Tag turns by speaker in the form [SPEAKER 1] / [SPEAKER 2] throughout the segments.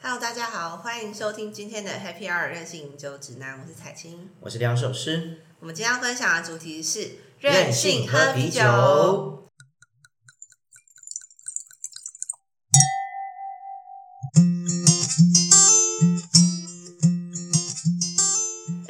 [SPEAKER 1] Hello，大家好，欢迎收听今天的 Happy Hour 任性饮酒指南，我是彩青。
[SPEAKER 2] 我是两首诗，
[SPEAKER 1] 我们今天要分享的主题是
[SPEAKER 2] 任性喝啤酒。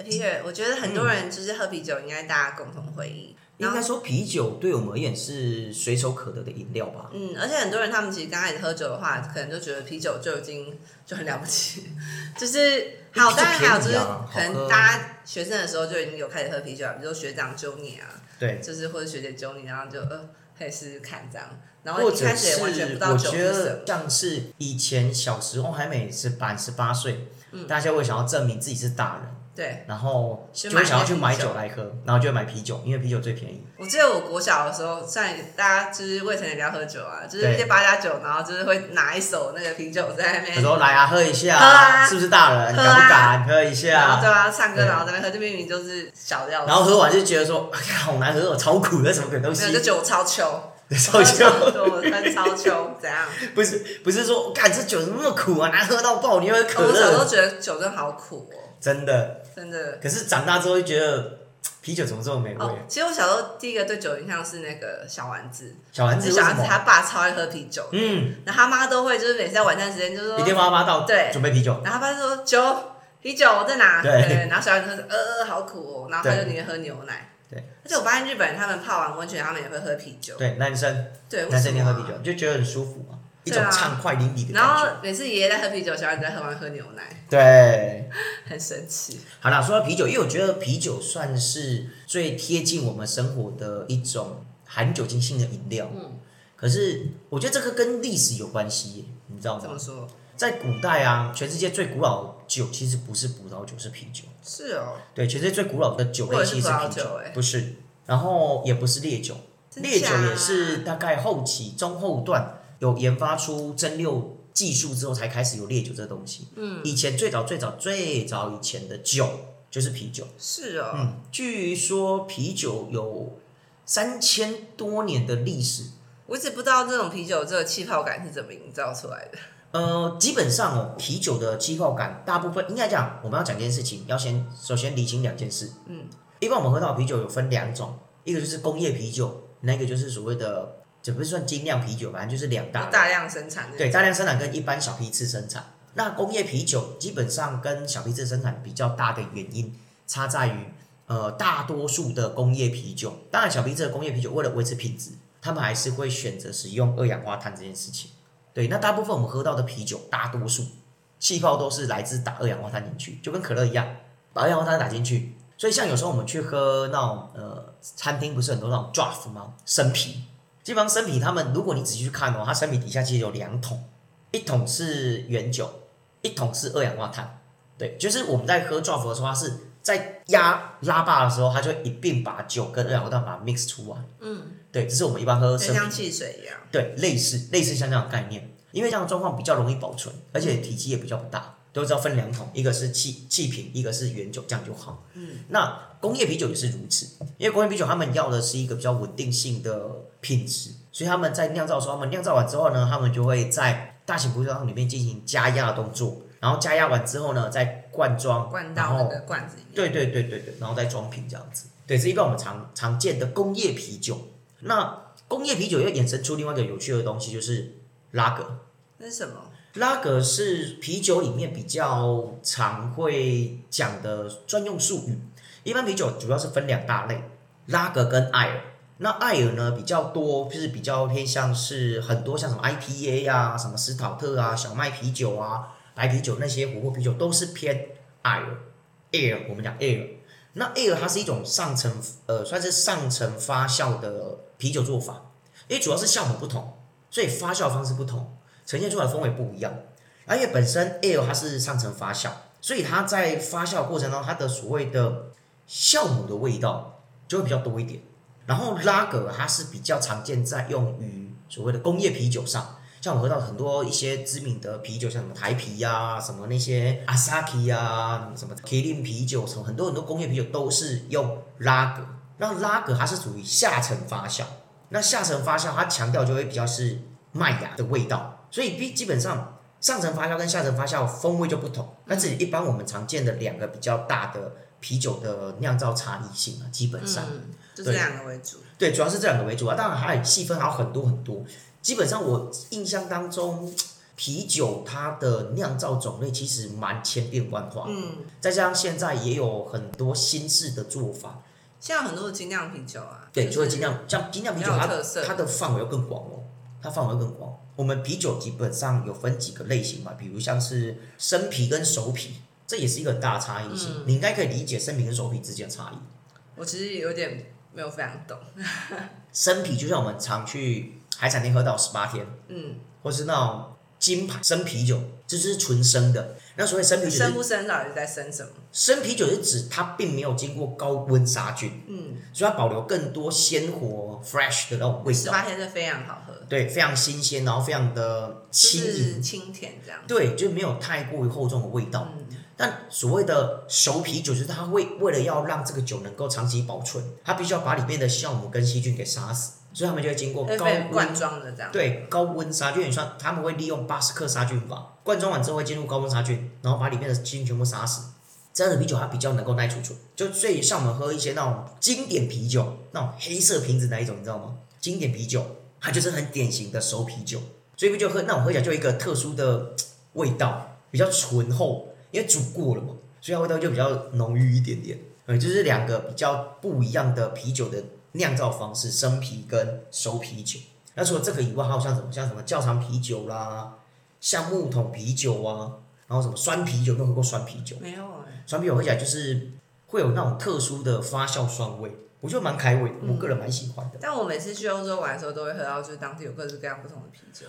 [SPEAKER 1] Peter，我觉得很多人就是喝啤酒，应该大家共同回忆。然
[SPEAKER 2] 应
[SPEAKER 1] 后
[SPEAKER 2] 该说啤酒对我们而言是随手可得的饮料吧？
[SPEAKER 1] 嗯，而且很多人他们其实刚开始喝酒的话，可能就觉得啤酒就已经 就很了不起，就是好，
[SPEAKER 2] 啤酒
[SPEAKER 1] 当然还有就是
[SPEAKER 2] 便宜啊
[SPEAKER 1] 可
[SPEAKER 2] 好
[SPEAKER 1] 能
[SPEAKER 2] 喝
[SPEAKER 1] 大家学生的时候就已经有开始喝啤酒啊了，比如说学长揪你啊，
[SPEAKER 2] 对，
[SPEAKER 1] 就是或者学姐揪你，然后就呃可以试试看这样，然后
[SPEAKER 2] 或
[SPEAKER 1] 一
[SPEAKER 2] 者
[SPEAKER 1] 开始也
[SPEAKER 2] 是
[SPEAKER 1] 完全不知道
[SPEAKER 2] 我
[SPEAKER 1] 酒
[SPEAKER 2] 觉
[SPEAKER 1] 是什么
[SPEAKER 2] 得，像是以前小时候还没十八十八岁，大家会想要证明自己是大人，
[SPEAKER 1] 对。
[SPEAKER 2] 然后
[SPEAKER 1] 去
[SPEAKER 2] 就会
[SPEAKER 1] 买
[SPEAKER 2] 想要去
[SPEAKER 1] 啤
[SPEAKER 2] 买
[SPEAKER 1] 酒
[SPEAKER 2] 酒来喝，然后就会买啤酒，因为啤酒最便宜。
[SPEAKER 1] 我记得我国小的时候，虽然大家就是未成年不要喝酒啊，就是
[SPEAKER 2] 对
[SPEAKER 1] 一些八加九，然后就是会拿一手那个啤酒在那
[SPEAKER 2] 他
[SPEAKER 1] 边，
[SPEAKER 2] 说：“来啊，喝一下，
[SPEAKER 1] 喝啊
[SPEAKER 2] 是不是大人？
[SPEAKER 1] 喝
[SPEAKER 2] 敢
[SPEAKER 1] 啊
[SPEAKER 2] 不敢喝一下？”
[SPEAKER 1] 然后对啊，唱歌
[SPEAKER 2] 对
[SPEAKER 1] 然后在那边喝，就明明就是小料，
[SPEAKER 2] 然后喝完就觉得说，哎呀，好难喝，哦，超苦的，什么鬼东
[SPEAKER 1] 没
[SPEAKER 2] 西
[SPEAKER 1] 有，就？酒超秋，
[SPEAKER 2] 超级
[SPEAKER 1] 对，我喝超秋，怎样？
[SPEAKER 2] 不是不是说，干这酒怎么那么苦啊，难喝到爆，你喝可
[SPEAKER 1] 哦我 小时候
[SPEAKER 2] 乐，
[SPEAKER 1] 觉得酒真的好苦哦，
[SPEAKER 2] 真的。
[SPEAKER 1] 真的。
[SPEAKER 2] 可是长大之后就觉得，啤酒怎么这么美味？啊
[SPEAKER 1] 哦，其实我小时候第一个对酒的印象是那个小丸子，
[SPEAKER 2] 小丸子
[SPEAKER 1] 就
[SPEAKER 2] 为
[SPEAKER 1] 小
[SPEAKER 2] 什
[SPEAKER 1] 丸子
[SPEAKER 2] 么？
[SPEAKER 1] 他爸超爱喝啤酒，
[SPEAKER 2] 嗯，
[SPEAKER 1] 然后他妈都会就是每次在晚餐时间就说
[SPEAKER 2] 一定要妈妈到
[SPEAKER 1] 对
[SPEAKER 2] 准备啤酒，
[SPEAKER 1] 然后他就说酒啤酒在哪？
[SPEAKER 2] 对
[SPEAKER 1] 然后小孩就说呃好苦哦，然后他就宁愿喝牛奶。
[SPEAKER 2] 对，
[SPEAKER 1] 而且我发现日本人他们泡完温泉，他们也会喝啤酒。
[SPEAKER 2] 对，男生
[SPEAKER 1] 对，为
[SPEAKER 2] 男
[SPEAKER 1] 什
[SPEAKER 2] 生
[SPEAKER 1] 么
[SPEAKER 2] 一定
[SPEAKER 1] 啊
[SPEAKER 2] 喝啤酒，就觉得很舒服嘛，一
[SPEAKER 1] 对
[SPEAKER 2] 种
[SPEAKER 1] 啊
[SPEAKER 2] 畅快淋漓的
[SPEAKER 1] 然
[SPEAKER 2] 感
[SPEAKER 1] 后
[SPEAKER 2] 觉。
[SPEAKER 1] 每次爷爷在喝啤酒，小孩子在喝完喝牛奶，
[SPEAKER 2] 对，
[SPEAKER 1] 很神奇。
[SPEAKER 2] 好啦，说到啤酒，因为我觉得啤酒算是最贴近我们生活的一种含酒精性的饮料。
[SPEAKER 1] 嗯，
[SPEAKER 2] 可是我觉得这个跟历史有关系耶，你知道
[SPEAKER 1] 怎
[SPEAKER 2] 吗
[SPEAKER 1] 么？说？
[SPEAKER 2] 在古代啊，全世界最古老的酒其实不是葡萄酒，是啤酒。
[SPEAKER 1] 是哦，
[SPEAKER 2] 对，全世界最古老的酒
[SPEAKER 1] 我以
[SPEAKER 2] 类
[SPEAKER 1] 为是
[SPEAKER 2] 其实是
[SPEAKER 1] 葡
[SPEAKER 2] 啤
[SPEAKER 1] 萄酒欸
[SPEAKER 2] 不是。然后也不是烈酒，
[SPEAKER 1] 真
[SPEAKER 2] 烈酒
[SPEAKER 1] 假
[SPEAKER 2] 也是大概后期中后段有研发出蒸馏技术之后才开始有烈酒这东西。嗯，以前最早最早最早以前的酒就是啤酒。
[SPEAKER 1] 是哦，
[SPEAKER 2] 嗯，据说啤酒有三千多年的历史，
[SPEAKER 1] 我一直不知道这种啤酒这个气泡感是怎么营造出来的。
[SPEAKER 2] 呃，基本上哦，啤酒的气泡感，大部分应该讲，我们要讲一件事情，要先首先理清两件事。
[SPEAKER 1] 嗯，
[SPEAKER 2] 一般我们喝到啤酒有分两种，一个就是工业啤酒，那一个就是所谓的，这不是算精酿啤酒，反正就是两大
[SPEAKER 1] 就
[SPEAKER 2] 类
[SPEAKER 1] 大量生产的，
[SPEAKER 2] 对，大量生产跟一般小批次生产。那工业啤酒基本上跟小批次生产比较大的原因，差在于呃，大多数的工业啤酒，当然小批次的工业啤酒为了维持品质，他们还是会选择使用二氧化碳这件事情。对，那大部分我们喝到的啤酒，大多数气泡都是来自打二氧化碳进去，就跟可乐一样，把二氧化碳打进去。所以像有时候我们去喝那种呃餐厅，不是很多那种 draft 吗？生啤，基本上生啤他们，如果你仔细去看哦，它生啤底下其实有两桶。一桶是原酒，一桶是二氧化碳。对，就是我们在喝 d r a f 的时候，它是在压拉霸的时候，它就一并把酒跟二氧化碳把它 mix 出来。嗯，对，这是我们一般喝
[SPEAKER 1] 就
[SPEAKER 2] 生
[SPEAKER 1] 像
[SPEAKER 2] 啤，
[SPEAKER 1] 汽水一样。
[SPEAKER 2] 对，类似类似像这样的概念，因为这样的状况比较容易保存，而且体积也比较不大，都知道分两桶，一个是气气瓶，一个是原酒，这样就好。嗯，那工业啤酒也是如此，因为工业啤酒他们要的是一个比较稳定性的品质，所以他们在酿造的时候，他们酿造完之后呢，他们就会在大型葡萄糖里面进行加压的动作，然后加压完之后呢，再灌装，
[SPEAKER 1] 灌
[SPEAKER 2] 然
[SPEAKER 1] 到那
[SPEAKER 2] 后
[SPEAKER 1] 个罐子里面。
[SPEAKER 2] 对对对对对，然后再装瓶这样子。对，这是一般我们常常见的工业啤酒。那工业啤酒又衍生出另外一个有趣的东西，就是拉格。
[SPEAKER 1] 那是什么？
[SPEAKER 2] 拉格是啤酒里面比较常会讲的专用术语。一般啤酒主要是分两大类，拉格跟艾尔。那艾尔呢比较多，就是比较偏向是很多像什么 IPA 啊、什么斯考特啊、小麦啤酒啊、白啤酒那些琥珀啤酒都是偏艾尔。air 我们讲 air，那 air 它是一种上层呃算是上层发酵的啤酒做法，因为主要是酵母不同，所以发酵方式不同，呈现出来的风味不一样。而且本身 air 它是上层发酵，所以它在发酵过程当中，它的所谓的酵母的味道就会比较多一点。然后拉格它是比较常见在用于所谓的工业啤酒上，像我喝到很多一些知名的啤酒，像什么台啤呀、什么那些 Asahi 呀、啊什么麒麟啤酒，什么很多很多工业啤酒都是用拉格。那拉格它是属于下层发酵，那下层发酵它强调就会比较是麦芽的味道，所以基基本上上层发酵跟下层发酵风味就不同，但是一般我们常见的两个比较大的啤酒的酿造差异性啊，基本上、
[SPEAKER 1] 嗯，就这两个为主。
[SPEAKER 2] 对，主要是这两个为主啊。当然还有细分还有很多很多。基本上我印象当中，啤酒它的酿造种类其实蛮千变万化，
[SPEAKER 1] 嗯，
[SPEAKER 2] 再加上现在也有很多新式的做法，
[SPEAKER 1] 现在有很多的精酿啤酒啊，
[SPEAKER 2] 对，
[SPEAKER 1] 就
[SPEAKER 2] 就是是精酿像精酿
[SPEAKER 1] 比
[SPEAKER 2] 啤
[SPEAKER 1] 较
[SPEAKER 2] 酒
[SPEAKER 1] 有
[SPEAKER 2] 它
[SPEAKER 1] 特色。
[SPEAKER 2] 它的范围又更广哦，它范围更广。我们啤酒基本上有分几个类型嘛，比如像是生啤跟熟啤，这也是一个很大的差异性。
[SPEAKER 1] 嗯
[SPEAKER 2] 你应该可以理解生啤跟熟啤之间的差异。
[SPEAKER 1] 我其实有点没有非常懂，
[SPEAKER 2] 生啤就像我们常去海产店喝到十八天，
[SPEAKER 1] 嗯，
[SPEAKER 2] 或是那种金牌生啤酒，这就是纯生的。那所谓生啤酒、
[SPEAKER 1] 生
[SPEAKER 2] 是，
[SPEAKER 1] 不生到底在生什么？
[SPEAKER 2] 生啤酒是指它并没有经过高温杀菌，
[SPEAKER 1] 嗯，
[SPEAKER 2] 所以它保留更多鲜活 fresh 的那种味
[SPEAKER 1] 十
[SPEAKER 2] 道，
[SPEAKER 1] 八天是非常好喝，
[SPEAKER 2] 对，非常新鲜，然后非常的
[SPEAKER 1] 就
[SPEAKER 2] 轻盈
[SPEAKER 1] 是清甜这样。
[SPEAKER 2] 对，就没有太过于厚重的味道。
[SPEAKER 1] 嗯，
[SPEAKER 2] 但所谓的熟啤酒，就是它会为了要让这个酒能够长期保存，它必须要把里面的酵母跟细菌给杀死，所以他们就会经过
[SPEAKER 1] 会
[SPEAKER 2] 哦高
[SPEAKER 1] 被
[SPEAKER 2] 温
[SPEAKER 1] 罐，装的这样。
[SPEAKER 2] 对高温杀菌，像他们会利用巴斯克杀菌法，灌装完之后会进入高温杀菌，然后把里面的菌全部杀死。这样的啤酒它比较能够耐储存，就所以像我们喝一些那种经典啤酒，那种黑色瓶子那一种，你知道吗？经典啤酒它就是很典型的熟啤酒，所以就喝那种喝起来就有一个特殊的味道比较醇厚，因为煮过了嘛，所以它味道就比较浓郁一点点。呃，就是两个比较不一样的啤酒的酿造方式，生啤跟熟啤酒。那除了这个以外，还有像什么像什么窖藏啤酒啦，橡木桶啤酒啊，然后什么酸啤酒，有没有喝过酸啤酒？
[SPEAKER 1] 没有哎、
[SPEAKER 2] 酸啤酒喝起来就是会有那种特殊的发酵酸味，我觉得蛮开胃的，我个人蛮喜欢的。
[SPEAKER 1] 但我每次去欧洲玩的时候，都会喝到就是当地有各式各样不同的啤酒。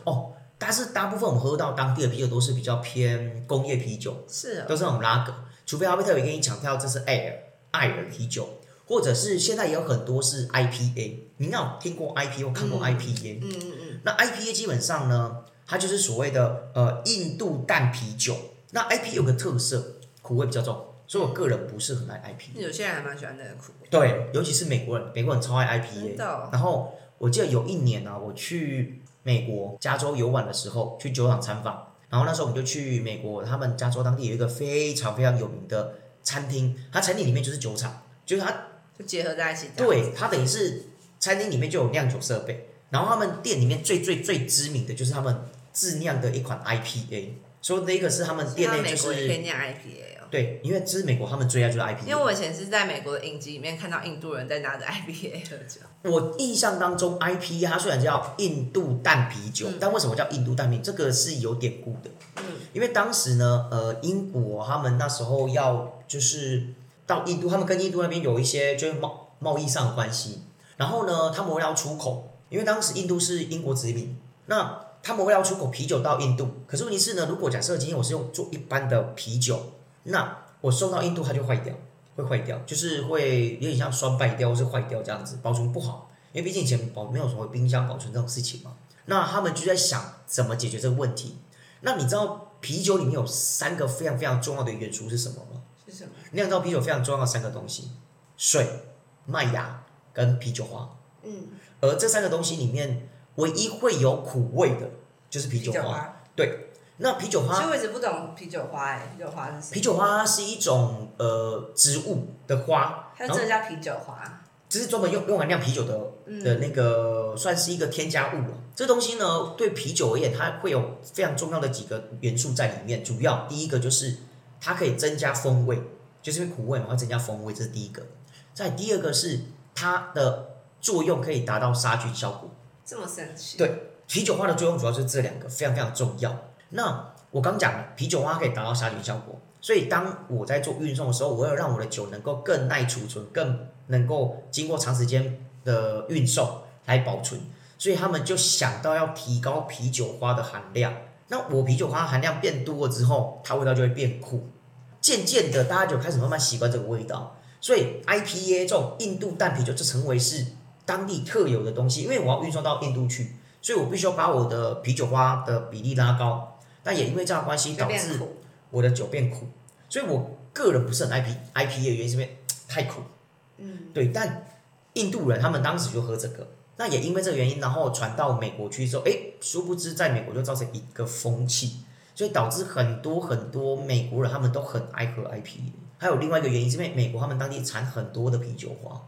[SPEAKER 2] 但是大部分我们喝到当地的啤酒都是比较偏工业啤酒，
[SPEAKER 1] 是哦，
[SPEAKER 2] 都是那种拉格，除非他会特别跟你强调这是 air 艾尔啤酒，或者是现在也有很多是 IPA。你应该有听过 IPA 或看过
[SPEAKER 1] 嗯
[SPEAKER 2] IPA？、
[SPEAKER 1] 嗯嗯嗯，
[SPEAKER 2] 那 IPA 基本上呢，它就是所谓的呃印度淡啤酒。那 IPA 有个特色，苦味比较重，所以我个人不是很爱 IPA。
[SPEAKER 1] 有些人还蛮喜欢那个苦，
[SPEAKER 2] 对，尤其是美国人，美国人超爱 IPA。
[SPEAKER 1] 真的哦、
[SPEAKER 2] 然后我记得有一年啊，我去美国加州游玩的时候，去酒厂参访，然后那时候我们就去美国，他们加州当地有一个非常非常有名的餐厅，它餐厅里面就是酒厂，就是它
[SPEAKER 1] 就结合在一起这样。
[SPEAKER 2] 对它等于是餐厅里面就有酿酒设备，然后他们店里面最最最知名的就是他们自酿的一款 IPA，所以那个是他们
[SPEAKER 1] 因为
[SPEAKER 2] 店
[SPEAKER 1] 他
[SPEAKER 2] 内
[SPEAKER 1] 们
[SPEAKER 2] 就
[SPEAKER 1] 美国也可以
[SPEAKER 2] 是。
[SPEAKER 1] 酿 IPA 哦。
[SPEAKER 2] 对，因为这是美国，他们最爱就是 IPA。
[SPEAKER 1] 因为我以前是在美国的影集里面看到印度人在拿着 IPA 喝酒，
[SPEAKER 2] 我印象当中，IP 它虽然叫印度淡啤酒，
[SPEAKER 1] 嗯
[SPEAKER 2] 但为什么叫印度淡啤？这个是有典故的。
[SPEAKER 1] 嗯，
[SPEAKER 2] 因为当时呢，呃，英国他们那时候要就是到印度，他们跟印度那边有一些就是贸贸易上的关系，然后呢，他们为了要出口，因为当时印度是英国殖民，那他们为了要出口啤酒到印度，可是问题是呢，如果假设今天我是用做一般的啤酒，那我送到印度它就坏掉，会坏掉，就是会有点像酸败掉或是坏掉这样子，保存不好，因为毕竟以前保没有什么冰箱保存这种事情嘛。那他们就在想怎么解决这个问题。那你知道啤酒里面有三个非常非常重要的元素是什么吗？
[SPEAKER 1] 是什么？
[SPEAKER 2] 酿造啤酒非常重要的三个东西：水、麦芽跟啤酒花。
[SPEAKER 1] 嗯，
[SPEAKER 2] 而这三个东西里面，唯一会有苦味的就是啤
[SPEAKER 1] 啤
[SPEAKER 2] 酒
[SPEAKER 1] 酒
[SPEAKER 2] 花。
[SPEAKER 1] 花。
[SPEAKER 2] 那啤酒
[SPEAKER 1] 其实
[SPEAKER 2] 花，
[SPEAKER 1] 我一直不懂啤酒花哎、啤酒花是什么？
[SPEAKER 2] 啊啤酒花是一种呃植物的花，
[SPEAKER 1] 它
[SPEAKER 2] 然
[SPEAKER 1] 就
[SPEAKER 2] 后
[SPEAKER 1] 真的叫啤酒花。
[SPEAKER 2] 这是专门用用来酿啤酒的的
[SPEAKER 1] 嗯，
[SPEAKER 2] 那个算是一个添加物了。这东西呢，对啤酒而言，它会有非常重要的几个元素在里面。主要第一个就是它可以增加风味，就是因为苦味嘛，会增加风味，这是第一个。再第二个是它的作用可以达到杀菌效果。
[SPEAKER 1] 这么神奇。
[SPEAKER 2] 对啤酒花的作用主要就是这两个，非常非常重要。那我刚讲了，啤酒花可以达到杀菌效果，所以当我在做运送的时候，我要让我的酒能够更耐储存，更能够经过长时间的运送来保存，所以他们就想到要提高啤酒花的含量。那我啤酒花含量变多了之后，它味道就会变苦。渐渐的，大家就开始慢慢习惯这个味道，所以 IPA 这种印度淡啤酒就成为是当地特有的东西，因为我要运送到印度去，所以我必须要把我的啤酒花的比例拉高。但也因为这样的关系，
[SPEAKER 1] 就
[SPEAKER 2] 导
[SPEAKER 1] 变
[SPEAKER 2] 致
[SPEAKER 1] 苦。
[SPEAKER 2] 我的酒变苦，所以我个人不是很爱 P IPA 的原因是因为太苦。
[SPEAKER 1] 嗯，
[SPEAKER 2] 对，但印度人他们当时就喝这个，那也因为这个原因，然后传到美国去之后，哎，殊不知在美国就造成一个风气，所以导致很多很多美国人他们都很爱喝 IPA。还有另外一个原因，是因为美国他们当地产很多的啤酒花，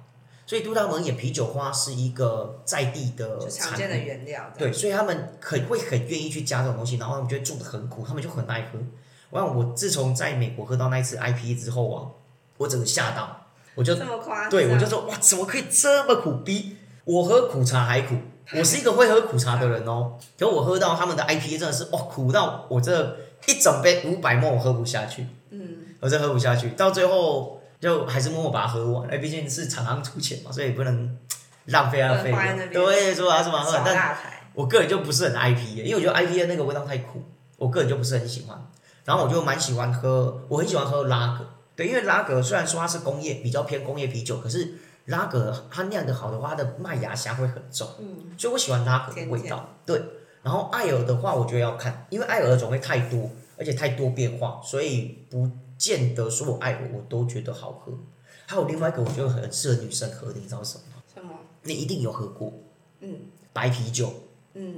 [SPEAKER 2] 所以杜拉蒙也啤酒花是一个在地的
[SPEAKER 1] 就常
[SPEAKER 2] 产
[SPEAKER 1] 见的
[SPEAKER 2] 品。
[SPEAKER 1] 原料。
[SPEAKER 2] 对，，所以他们很会很愿意去加这种东西，然后他们就会做的很苦，他们就很爱喝。我想我自从在美国喝到那一次 IPA 之后啊，我整个吓到，我就
[SPEAKER 1] 这么夸张？
[SPEAKER 2] 对我就说哇，怎么可以这么苦逼？我喝苦茶还 苦，我是一个会喝苦茶的人哦。可我喝到他们的 IPA 真的是哦，苦到我这一整杯五百沫我喝不下去，
[SPEAKER 1] 嗯，
[SPEAKER 2] 我真的喝不下去，到最后就还是默默把它喝完。哎，毕竟是厂商出钱嘛，所以也不能浪费他的费
[SPEAKER 1] 不能花在那边
[SPEAKER 2] 用。对，说他是蛮喝
[SPEAKER 1] 耍
[SPEAKER 2] 的，但
[SPEAKER 1] 大牌，
[SPEAKER 2] 我个人就不是很 IPA，因为我觉得 IPA 那个味道太苦，我个人就不是很喜欢。然后我就蛮喜欢喝，我很喜欢喝拉格，对，因为拉格虽然说它是工业比较偏工业啤酒，可是拉格它酿的好的话，它的麦芽香会很重，
[SPEAKER 1] 嗯，
[SPEAKER 2] 所以我喜欢拉格的味
[SPEAKER 1] 甜甜
[SPEAKER 2] 道。对，然后艾尔的话，我觉得要看，因为艾尔的种类太多，而且太多变化，所以不见得说我艾尔我都觉得好喝。还有另外一个，我觉得很适合女生喝的，你知道是什么吗？
[SPEAKER 1] 什么？
[SPEAKER 2] 你一定有喝过
[SPEAKER 1] 嗯
[SPEAKER 2] 白啤酒。
[SPEAKER 1] 嗯，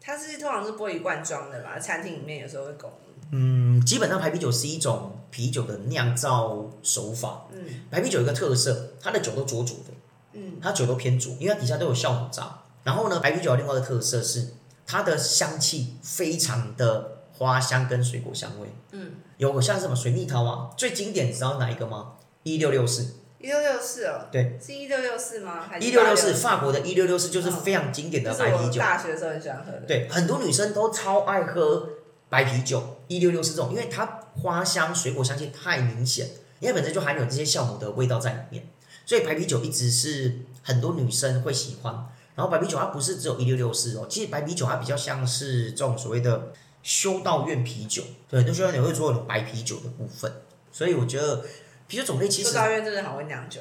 [SPEAKER 1] 它是通常是玻璃罐装的吧？餐厅里面有时候会供。
[SPEAKER 2] 嗯，基本上白啤酒是一种啤酒的酿造手法。
[SPEAKER 1] 嗯
[SPEAKER 2] 白啤酒有一个特色，它的酒都浊浊的，
[SPEAKER 1] 嗯
[SPEAKER 2] 它酒都偏浊，因为它底下都有酵母渣。然后呢，白啤酒有另外一个特色是它的香气非常的花香跟水果香味，
[SPEAKER 1] 嗯，
[SPEAKER 2] 有像什么水蜜桃啊，最经典你知道哪一个吗？一六六四，
[SPEAKER 1] 一六六四哦，
[SPEAKER 2] 对，
[SPEAKER 1] 是一六六四吗？还是
[SPEAKER 2] 一六六四，
[SPEAKER 1] 864
[SPEAKER 2] 法国的一六六四就是非常经典
[SPEAKER 1] 就
[SPEAKER 2] 的
[SPEAKER 1] 是
[SPEAKER 2] 白啤
[SPEAKER 1] 我
[SPEAKER 2] 酒。
[SPEAKER 1] 大学的时候很喜欢喝的。
[SPEAKER 2] 对，很多女生都超爱喝白啤酒，一六六是这种，因为它花香、水果香气太明显，因为本身就含有这些酵母的味道在里面，所以白啤酒一直是很多女生会喜欢。然后白啤酒它不是只有一六六四哦，其实白啤酒它比较像是这种所谓的修道院啤酒，对，很多修道院会做那种白啤酒的部分，所以我觉得啤酒种类其
[SPEAKER 1] 修
[SPEAKER 2] 实
[SPEAKER 1] 道院真的好会酿酒。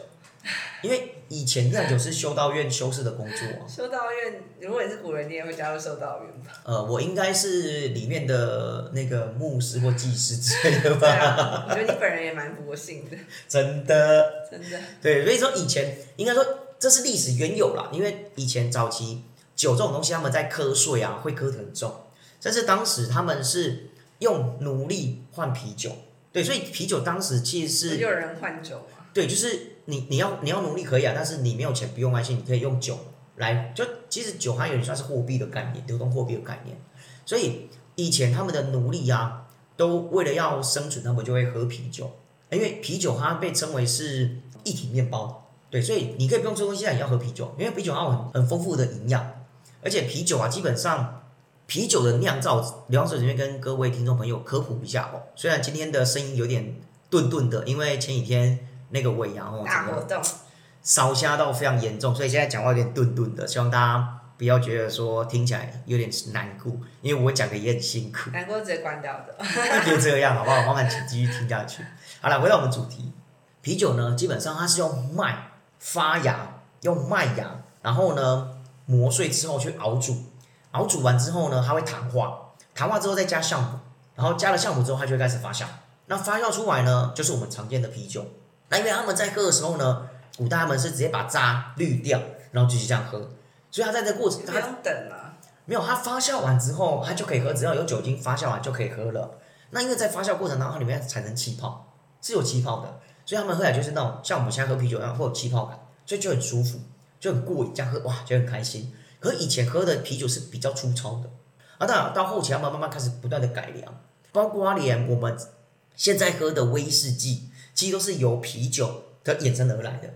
[SPEAKER 2] 因为以前酿酒是修道院修士的工作、啊，
[SPEAKER 1] 修道院，如果你是古人，你也会加入修道院 吧？
[SPEAKER 2] 呃，我应该是里面的那个牧师或祭师之类的
[SPEAKER 1] 对
[SPEAKER 2] 吧，
[SPEAKER 1] 啊，我觉得你本人也蛮佛性的，
[SPEAKER 2] 真的。
[SPEAKER 1] 真的。
[SPEAKER 2] 对，所以说以前应该说这是历史缘由啦，因为以前早期酒这种东西，他们在瞌睡啊，会瞌得很重，甚至当时他们是用奴隶换啤酒，对，所以啤酒当时其实
[SPEAKER 1] 不
[SPEAKER 2] 是
[SPEAKER 1] 就有人换酒嘛？
[SPEAKER 2] 对，就是你你要你要努力可以啊，但是你没有钱不用担心，你可以用酒来，就其实酒它有点算是货币的概念，流动货币的概念。所以以前他们的奴隶啊，都为了要生存，他们就会喝啤酒，因为啤酒它被称为是一体面包，对，所以你可以不用吃东西，但也要喝啤酒，因为啤酒它有很很丰富的营养，而且啤酒啊，基本上。啤酒的酿造，刘水这边跟各位听众朋友科普一下哦。虽然今天的声音有点顿顿的，因为前几天那个尾牙哦，
[SPEAKER 1] 大
[SPEAKER 2] 整
[SPEAKER 1] 活
[SPEAKER 2] 个
[SPEAKER 1] 动，
[SPEAKER 2] 烧瞎到非常严重，所以现在讲话有点顿顿的，希望大家不要觉得说听起来有点难过，因为我讲的也很辛苦，
[SPEAKER 1] 难过直接关掉的。
[SPEAKER 2] 别这样好不好？麻烦请继续听下去。好了，回到我们主题，啤酒呢，基本上它是用麦发芽，用麦芽，然后呢磨碎之后去熬煮，熬煮完之后呢，它会糖化，糖化之后再加酵母，然后加了酵母之后，它就会开始发酵。那发酵出来呢，就是我们常见的啤酒。那因为他们在喝的时候呢，古代他们是直接把渣滤掉，然后继续这样喝，所以它在这个过程，
[SPEAKER 1] 不
[SPEAKER 2] 它
[SPEAKER 1] 用等了，
[SPEAKER 2] 没有，它发酵完之后，它就可以喝，只要有酒精发酵完就可以喝了。那因为在发酵过程当中，它里面产生气泡，是有气泡的，所以他们喝起来就是那种像我们现在喝啤酒一样会有气泡感，所以就很舒服，就很过瘾，这样喝哇就很开心。可是以前喝的啤酒是比较粗糙的，啊，当然到后期他们慢慢开始不断的改良，包括连我们现在喝的威士忌，其实都是由啤酒的衍生而来的。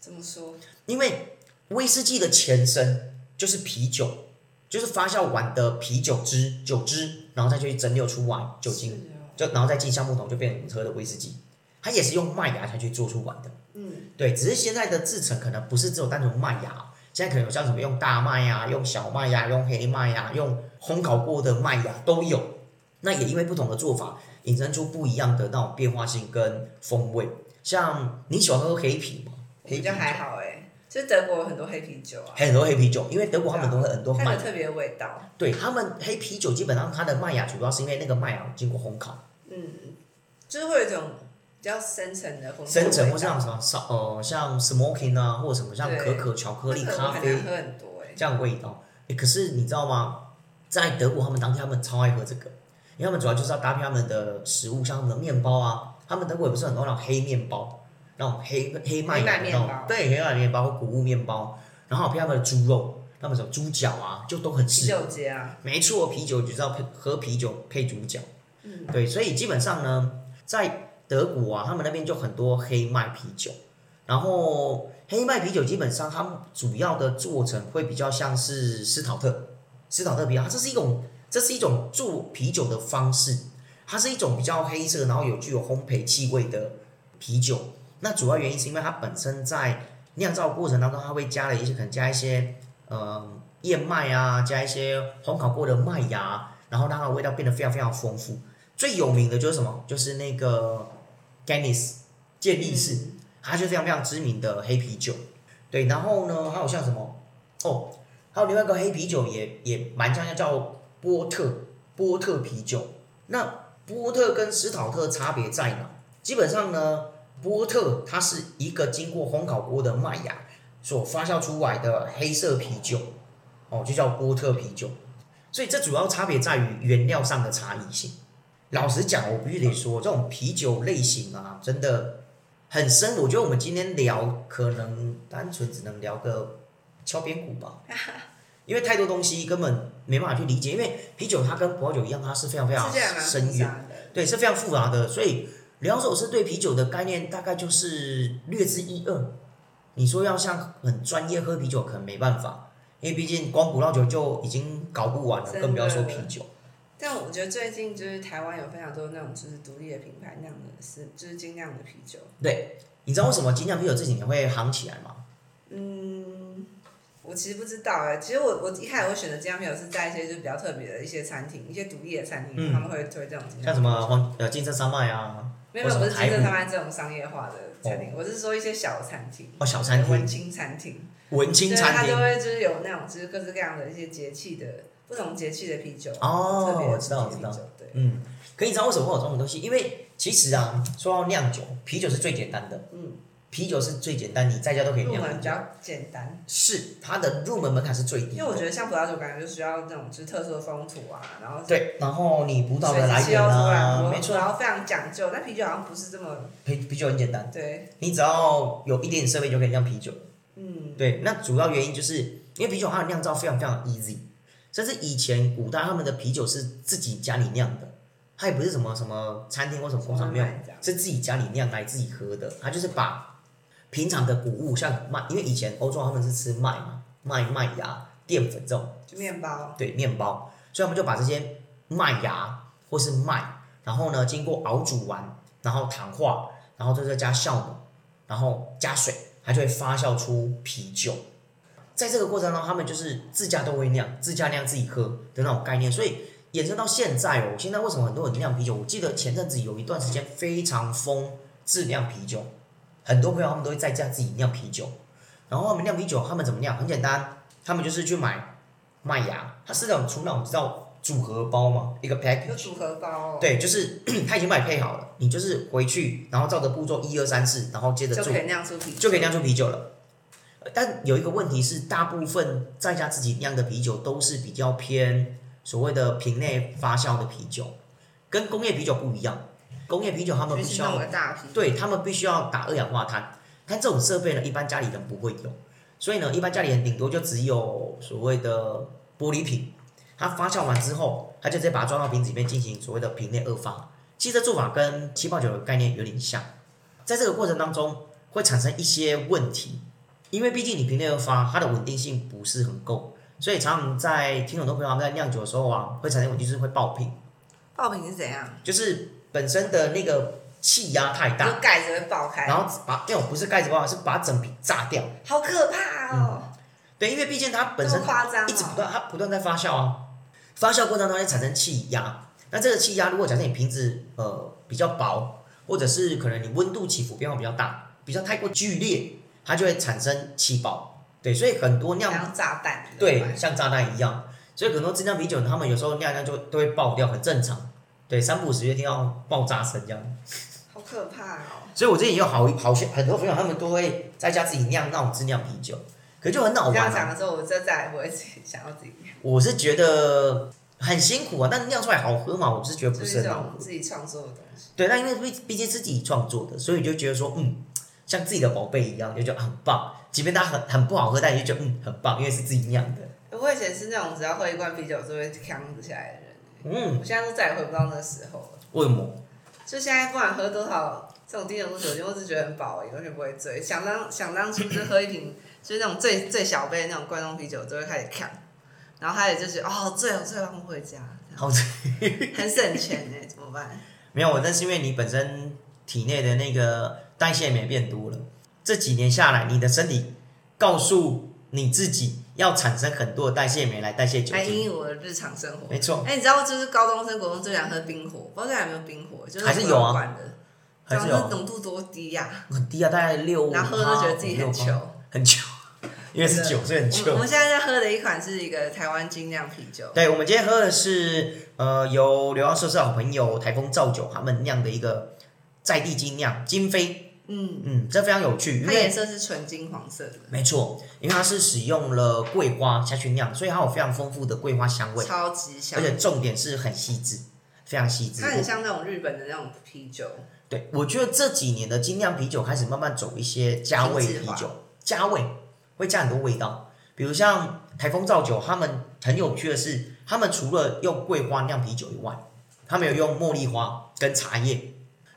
[SPEAKER 1] 怎么说？
[SPEAKER 2] 因为威士忌的前身就是啤酒，就是发酵完的啤酒汁、酒汁，然后再去蒸馏出来酒精，
[SPEAKER 1] 是哦
[SPEAKER 2] 就然后再进橡木桶，就变成我们喝的威士忌。它也是用麦芽才去做出来的，
[SPEAKER 1] 嗯，
[SPEAKER 2] 对，只是现在的制成可能不是只有单纯麦芽，哦现在可能有像什么用大麦呀、用小麦呀、用黑麦呀、用烘烤过的麦芽都有。那也因为不同的做法，引申出不一样的那种变化性跟风味。像你喜欢喝黑啤吗？
[SPEAKER 1] 我
[SPEAKER 2] 黑
[SPEAKER 1] 比
[SPEAKER 2] 啤
[SPEAKER 1] 较还好哎，就是德国有很多黑啤酒啊，
[SPEAKER 2] 还有很多黑啤酒，因为德国他们都会很多
[SPEAKER 1] 它
[SPEAKER 2] 麦
[SPEAKER 1] 啊有，特别的味道。
[SPEAKER 2] 对他们黑啤酒基本上它的麦芽主要是因为那个麦芽经过烘烤、
[SPEAKER 1] 嗯，就是会有一种比较深层的红
[SPEAKER 2] 生成，或
[SPEAKER 1] 上
[SPEAKER 2] 像什么烧呃像 smoking 啊，或者什么像
[SPEAKER 1] 对
[SPEAKER 2] 可可、巧克力、咖
[SPEAKER 1] 很难
[SPEAKER 2] 啡
[SPEAKER 1] 喝很多哎。
[SPEAKER 2] 这样的味道。诶可是你知道吗？在德国他们当地他们超爱喝这个，因为他们主要就是要搭配他们的食物，像他们的面包啊，他们德国也不是很多那种黑面包，那种黑黑麦芽的那种
[SPEAKER 1] 黑麦面包，
[SPEAKER 2] 对，黑麦面包或谷物面包，然后配他们的猪肉，他们什么猪脚啊，就都很
[SPEAKER 1] 啤
[SPEAKER 2] 适合。
[SPEAKER 1] 酒节啊，
[SPEAKER 2] 没错，啤酒就是要配喝啤酒配猪脚，
[SPEAKER 1] 嗯，
[SPEAKER 2] 对，所以基本上呢，在德国啊，他们那边就很多黑麦啤酒，然后黑麦啤酒基本上它们主要的做成会比较像是斯考特，斯考特啤酒，它这是一种这是一种做啤酒的方式，它是一种比较黑色，然后有具有烘焙气味的啤酒。那主要原因是因为它本身在酿造过程当中，它会加了一些可能加一些呃燕麦啊，加一些烘烤过的麦芽，然后让它的味道变得非常非常丰富。最有名的就是什么？就是那个 Guinness 健力
[SPEAKER 1] 嗯
[SPEAKER 2] 士，它就是非常非常知名的黑啤酒。对，然后呢，还有像什么哦，还有另外一个黑啤酒也也蛮像，叫波特波特啤酒。那波特跟史考特差别在哪？基本上呢，波特它是一个经过烘烤过的麦芽所发酵出来的黑色啤酒，哦，就叫波特啤酒。所以这主要差别在于原料上的差异性。老实讲，我必须得说，这种啤酒类型啊，真的很深。我觉得我们今天聊，可能单纯只能聊个敲边鼓 吧，因为太多东西根本没办法去理解。因为啤酒它跟葡萄酒一样，它是非常非常
[SPEAKER 1] 世界还蛮复
[SPEAKER 2] 深远
[SPEAKER 1] 杂的，
[SPEAKER 2] 对，是非啊常复杂的。所以两手是对啤酒的概念大概就是略知一二。你说要像很专业喝啤酒，可能没办法，因为毕竟光葡萄酒就已经搞不完了，
[SPEAKER 1] 真的
[SPEAKER 2] 更不要说啤酒。
[SPEAKER 1] 但我觉得最近就是台湾有非常多那种就是独立的品牌酿的是就是精酿的啤酒，
[SPEAKER 2] 对，你知道为什么精酿啤酒这几年会夯起来吗？
[SPEAKER 1] 嗯，我其实不知道哎、其实我我一开始会选择精酿啤酒是在一些就是比较特别的一些餐厅，一些独立的餐厅、
[SPEAKER 2] 嗯
[SPEAKER 1] 他们会推这种精酿
[SPEAKER 2] 像什么黄呃金色山脉啊，
[SPEAKER 1] 没有，没有
[SPEAKER 2] 或
[SPEAKER 1] 不
[SPEAKER 2] 者
[SPEAKER 1] 是
[SPEAKER 2] 什么
[SPEAKER 1] 金正
[SPEAKER 2] 台虎
[SPEAKER 1] 他们这种商业化的餐厅，我是说一些小餐厅、
[SPEAKER 2] 哦小餐
[SPEAKER 1] 文
[SPEAKER 2] 厅、
[SPEAKER 1] 青餐厅，
[SPEAKER 2] 文青
[SPEAKER 1] 就是
[SPEAKER 2] 餐
[SPEAKER 1] 它就
[SPEAKER 2] 厅。
[SPEAKER 1] 会就是有那种就是各式各样的一些节气的不同节气的啤酒，特
[SPEAKER 2] 哦
[SPEAKER 1] 别，的
[SPEAKER 2] 我知道，我
[SPEAKER 1] 节
[SPEAKER 2] 知
[SPEAKER 1] 气
[SPEAKER 2] 道
[SPEAKER 1] 啤。酒，对，
[SPEAKER 2] 嗯，可你知道为什么会有这种东西？因为其实啊，说到酿酒，啤酒是最简单的。
[SPEAKER 1] 嗯，
[SPEAKER 2] 啤酒是最简单，你在家都可以
[SPEAKER 1] 入
[SPEAKER 2] 酿
[SPEAKER 1] 门
[SPEAKER 2] 的
[SPEAKER 1] 比。较简单，
[SPEAKER 2] 是它的入门门槛是最低
[SPEAKER 1] 因为我
[SPEAKER 2] 的。
[SPEAKER 1] 觉得像葡萄酒感觉就需要那种就是特殊的风土啊，然后
[SPEAKER 2] 对，然后你葡萄的来
[SPEAKER 1] 水
[SPEAKER 2] 源
[SPEAKER 1] 要出来
[SPEAKER 2] 啊，
[SPEAKER 1] 很
[SPEAKER 2] 没
[SPEAKER 1] 多，
[SPEAKER 2] 错
[SPEAKER 1] 然
[SPEAKER 2] 啊，
[SPEAKER 1] 后非常讲究，但啤酒好像不是这么
[SPEAKER 2] 啤啤酒很简单，
[SPEAKER 1] 对，
[SPEAKER 2] 你只要有一点设备就可以酿啤酒。
[SPEAKER 1] 嗯，
[SPEAKER 2] 对，那主要原因就是因为啤酒它的酿造非常非常 easy，甚至以前古代他们的啤酒是自己家里酿的，它也不是什么什么餐厅或什么工厂
[SPEAKER 1] 慢
[SPEAKER 2] 没有，
[SPEAKER 1] 慢讲
[SPEAKER 2] 是自己家里酿来自己喝的，它就是把平常的谷物像麦，因为以前欧洲他们是吃麦嘛，麦麦芽、淀粉这种。
[SPEAKER 1] 就面包，
[SPEAKER 2] 对面包，所以我们就把这些麦芽或是麦，然后呢经过熬煮完，然后糖化，然后再再加酵母，然后加水，它就会发酵出啤酒。在这个过程当中，他们就是自家都会酿，自家酿自己喝的那种概念，所以衍生到现在哦，现在为什么很多人酿啤酒？我记得前阵子有一段时间非常疯自酿啤酒，很多朋友他们都会在家自己酿啤酒，然后他们酿啤酒，他们怎么酿？很简单，他们就是去买麦芽，它是那种出那种叫组合包嘛，一个 pack，
[SPEAKER 1] 有组合包、哦，，
[SPEAKER 2] 对，就是 它已经帮你配好了，你就是回去，然后照着步骤一二三四，然后接着
[SPEAKER 1] 就
[SPEAKER 2] 做
[SPEAKER 1] 可，以酿出啤酒，
[SPEAKER 2] 就可以酿出啤酒了。呃但有一个问题是，大部分在家自己酿的啤酒都是比较偏所谓的瓶内发酵的啤酒，跟工业啤酒不一样。工业啤酒他们
[SPEAKER 1] 就
[SPEAKER 2] 必
[SPEAKER 1] 是
[SPEAKER 2] 须
[SPEAKER 1] 弄
[SPEAKER 2] 要
[SPEAKER 1] 个大啤，
[SPEAKER 2] 对他们必须要打二氧化碳，但这种设备呢，一般家里人不会有，所以呢，一般家里人顶多就只有所谓的玻璃瓶，它发酵完之后，它就直接把它装到瓶子里面进行所谓的瓶内二发。其实这做法跟气泡酒的概念有点像，在这个过程当中会产生一些问题，因为毕竟你瓶内二发，它的稳定性不是很够，所以常常在听很多朋友他们在酿酒的时候啊，会产生问题，就是会爆瓶，
[SPEAKER 1] 爆品是怎样？
[SPEAKER 2] 就是本身的那个气压太大，
[SPEAKER 1] 就盖子会爆开，
[SPEAKER 2] 然后把那种不是盖子爆，是把整瓶炸掉。
[SPEAKER 1] 好可怕哦！
[SPEAKER 2] 对，因为毕竟它嗯本
[SPEAKER 1] 这
[SPEAKER 2] 身
[SPEAKER 1] 么夸张、哦，
[SPEAKER 2] 一直不断，它不断在发酵啊，发酵过程当中会产生气压。那这个气压，如果假设你瓶子呃比较薄，或者是可能你温度起伏变化比较大，比较太过剧烈，它就会产生气爆。对，所以很多酿
[SPEAKER 1] 像炸弹一样，
[SPEAKER 2] 对，像炸弹一样。所以很多精酿啤酒，他们有时候酿酿就都会爆掉，很正常。对，三不五时就听到爆炸声这样。
[SPEAKER 1] 好可怕哦！
[SPEAKER 2] 所以我之前也有好好些很多朋友，他们都会在家自己酿那种自酿啤酒，可就很好
[SPEAKER 1] 你这
[SPEAKER 2] 玩、
[SPEAKER 1] 样
[SPEAKER 2] 啊。
[SPEAKER 1] 讲的时候，我这再也不会自己想要自己酿。
[SPEAKER 2] 我是觉得很辛苦啊，但酿出来好喝嘛，我是觉得
[SPEAKER 1] 就
[SPEAKER 2] 不
[SPEAKER 1] 是
[SPEAKER 2] 是
[SPEAKER 1] 这
[SPEAKER 2] 很好
[SPEAKER 1] 种
[SPEAKER 2] 喝。
[SPEAKER 1] 自己创作的东西。
[SPEAKER 2] 对，那因为毕毕竟自己创作的，所以就觉得说，嗯，像自己的宝贝一样，就觉得啊很棒。即便它很很不好喝，但你就觉得嗯很棒，因为是自己酿的。
[SPEAKER 1] 我以前是那种只要喝一罐啤酒就会扛不起来的人，
[SPEAKER 2] 嗯，
[SPEAKER 1] 我现在都再也回不到那个时候了。
[SPEAKER 2] 为什么？
[SPEAKER 1] 就现在不管喝多少这种低浓度酒精，我只觉得很饱而已，完全不会醉。想当想当初就喝一瓶，就是那种最最小杯的那种罐装啤酒，就会开始扛，然后他也就是哦醉了醉了，我们回家，
[SPEAKER 2] 好吃？
[SPEAKER 1] 哦很省钱哎、怎么办？
[SPEAKER 2] 没有，我那是因为你本身体内的那个代谢酶变多了。这几年下来，你的身体告诉你自己要产生很多的代谢酶来代谢酒
[SPEAKER 1] 来
[SPEAKER 2] 精，
[SPEAKER 1] 因应哎我的日常生活。
[SPEAKER 2] 没错，
[SPEAKER 1] 哎、你知道就是高中生、国中最想喝冰火，不知道现在有没有冰火，就是
[SPEAKER 2] 还是有啊
[SPEAKER 1] 不管的，
[SPEAKER 2] 还是
[SPEAKER 1] 讲这
[SPEAKER 2] 有
[SPEAKER 1] 浓度多低呀、
[SPEAKER 2] 很低啊，大概六
[SPEAKER 1] 然后喝就觉得自己很
[SPEAKER 2] 五趴
[SPEAKER 1] 穷。
[SPEAKER 2] 很穷， 因为是酒，所以很
[SPEAKER 1] 我们
[SPEAKER 2] 穷
[SPEAKER 1] 我。们现在在喝的一款是一个台湾精酿啤酒，
[SPEAKER 2] 对，我们今天喝的是呃由刘教授是好朋友台风造酒他们酿的一个在地精酿金飞，
[SPEAKER 1] 嗯，
[SPEAKER 2] 嗯，这非常有趣，因
[SPEAKER 1] 它
[SPEAKER 2] 为
[SPEAKER 1] 颜色是纯金黄色的，
[SPEAKER 2] 没错，因为它是使用了桂花下去酿，所以它有非常丰富的桂花香味，
[SPEAKER 1] 超级香
[SPEAKER 2] 而，且重点是很细致，非常细致
[SPEAKER 1] 它。很像那种日本的那种啤酒，
[SPEAKER 2] 对，我觉得这几年的精酿啤酒开始慢慢走一些加味
[SPEAKER 1] 精致
[SPEAKER 2] 啤
[SPEAKER 1] 化
[SPEAKER 2] 酒，加味会加很多味道，比如像台风造酒，他们很有趣的是，他们除了用桂花酿啤酒以外，他们有用茉莉花跟茶叶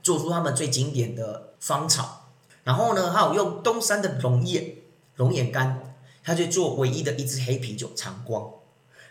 [SPEAKER 2] 做出他们最经典的芳草，然后呢，还有用东山的龙眼龙眼干，它去做唯一的一支黑啤酒长光，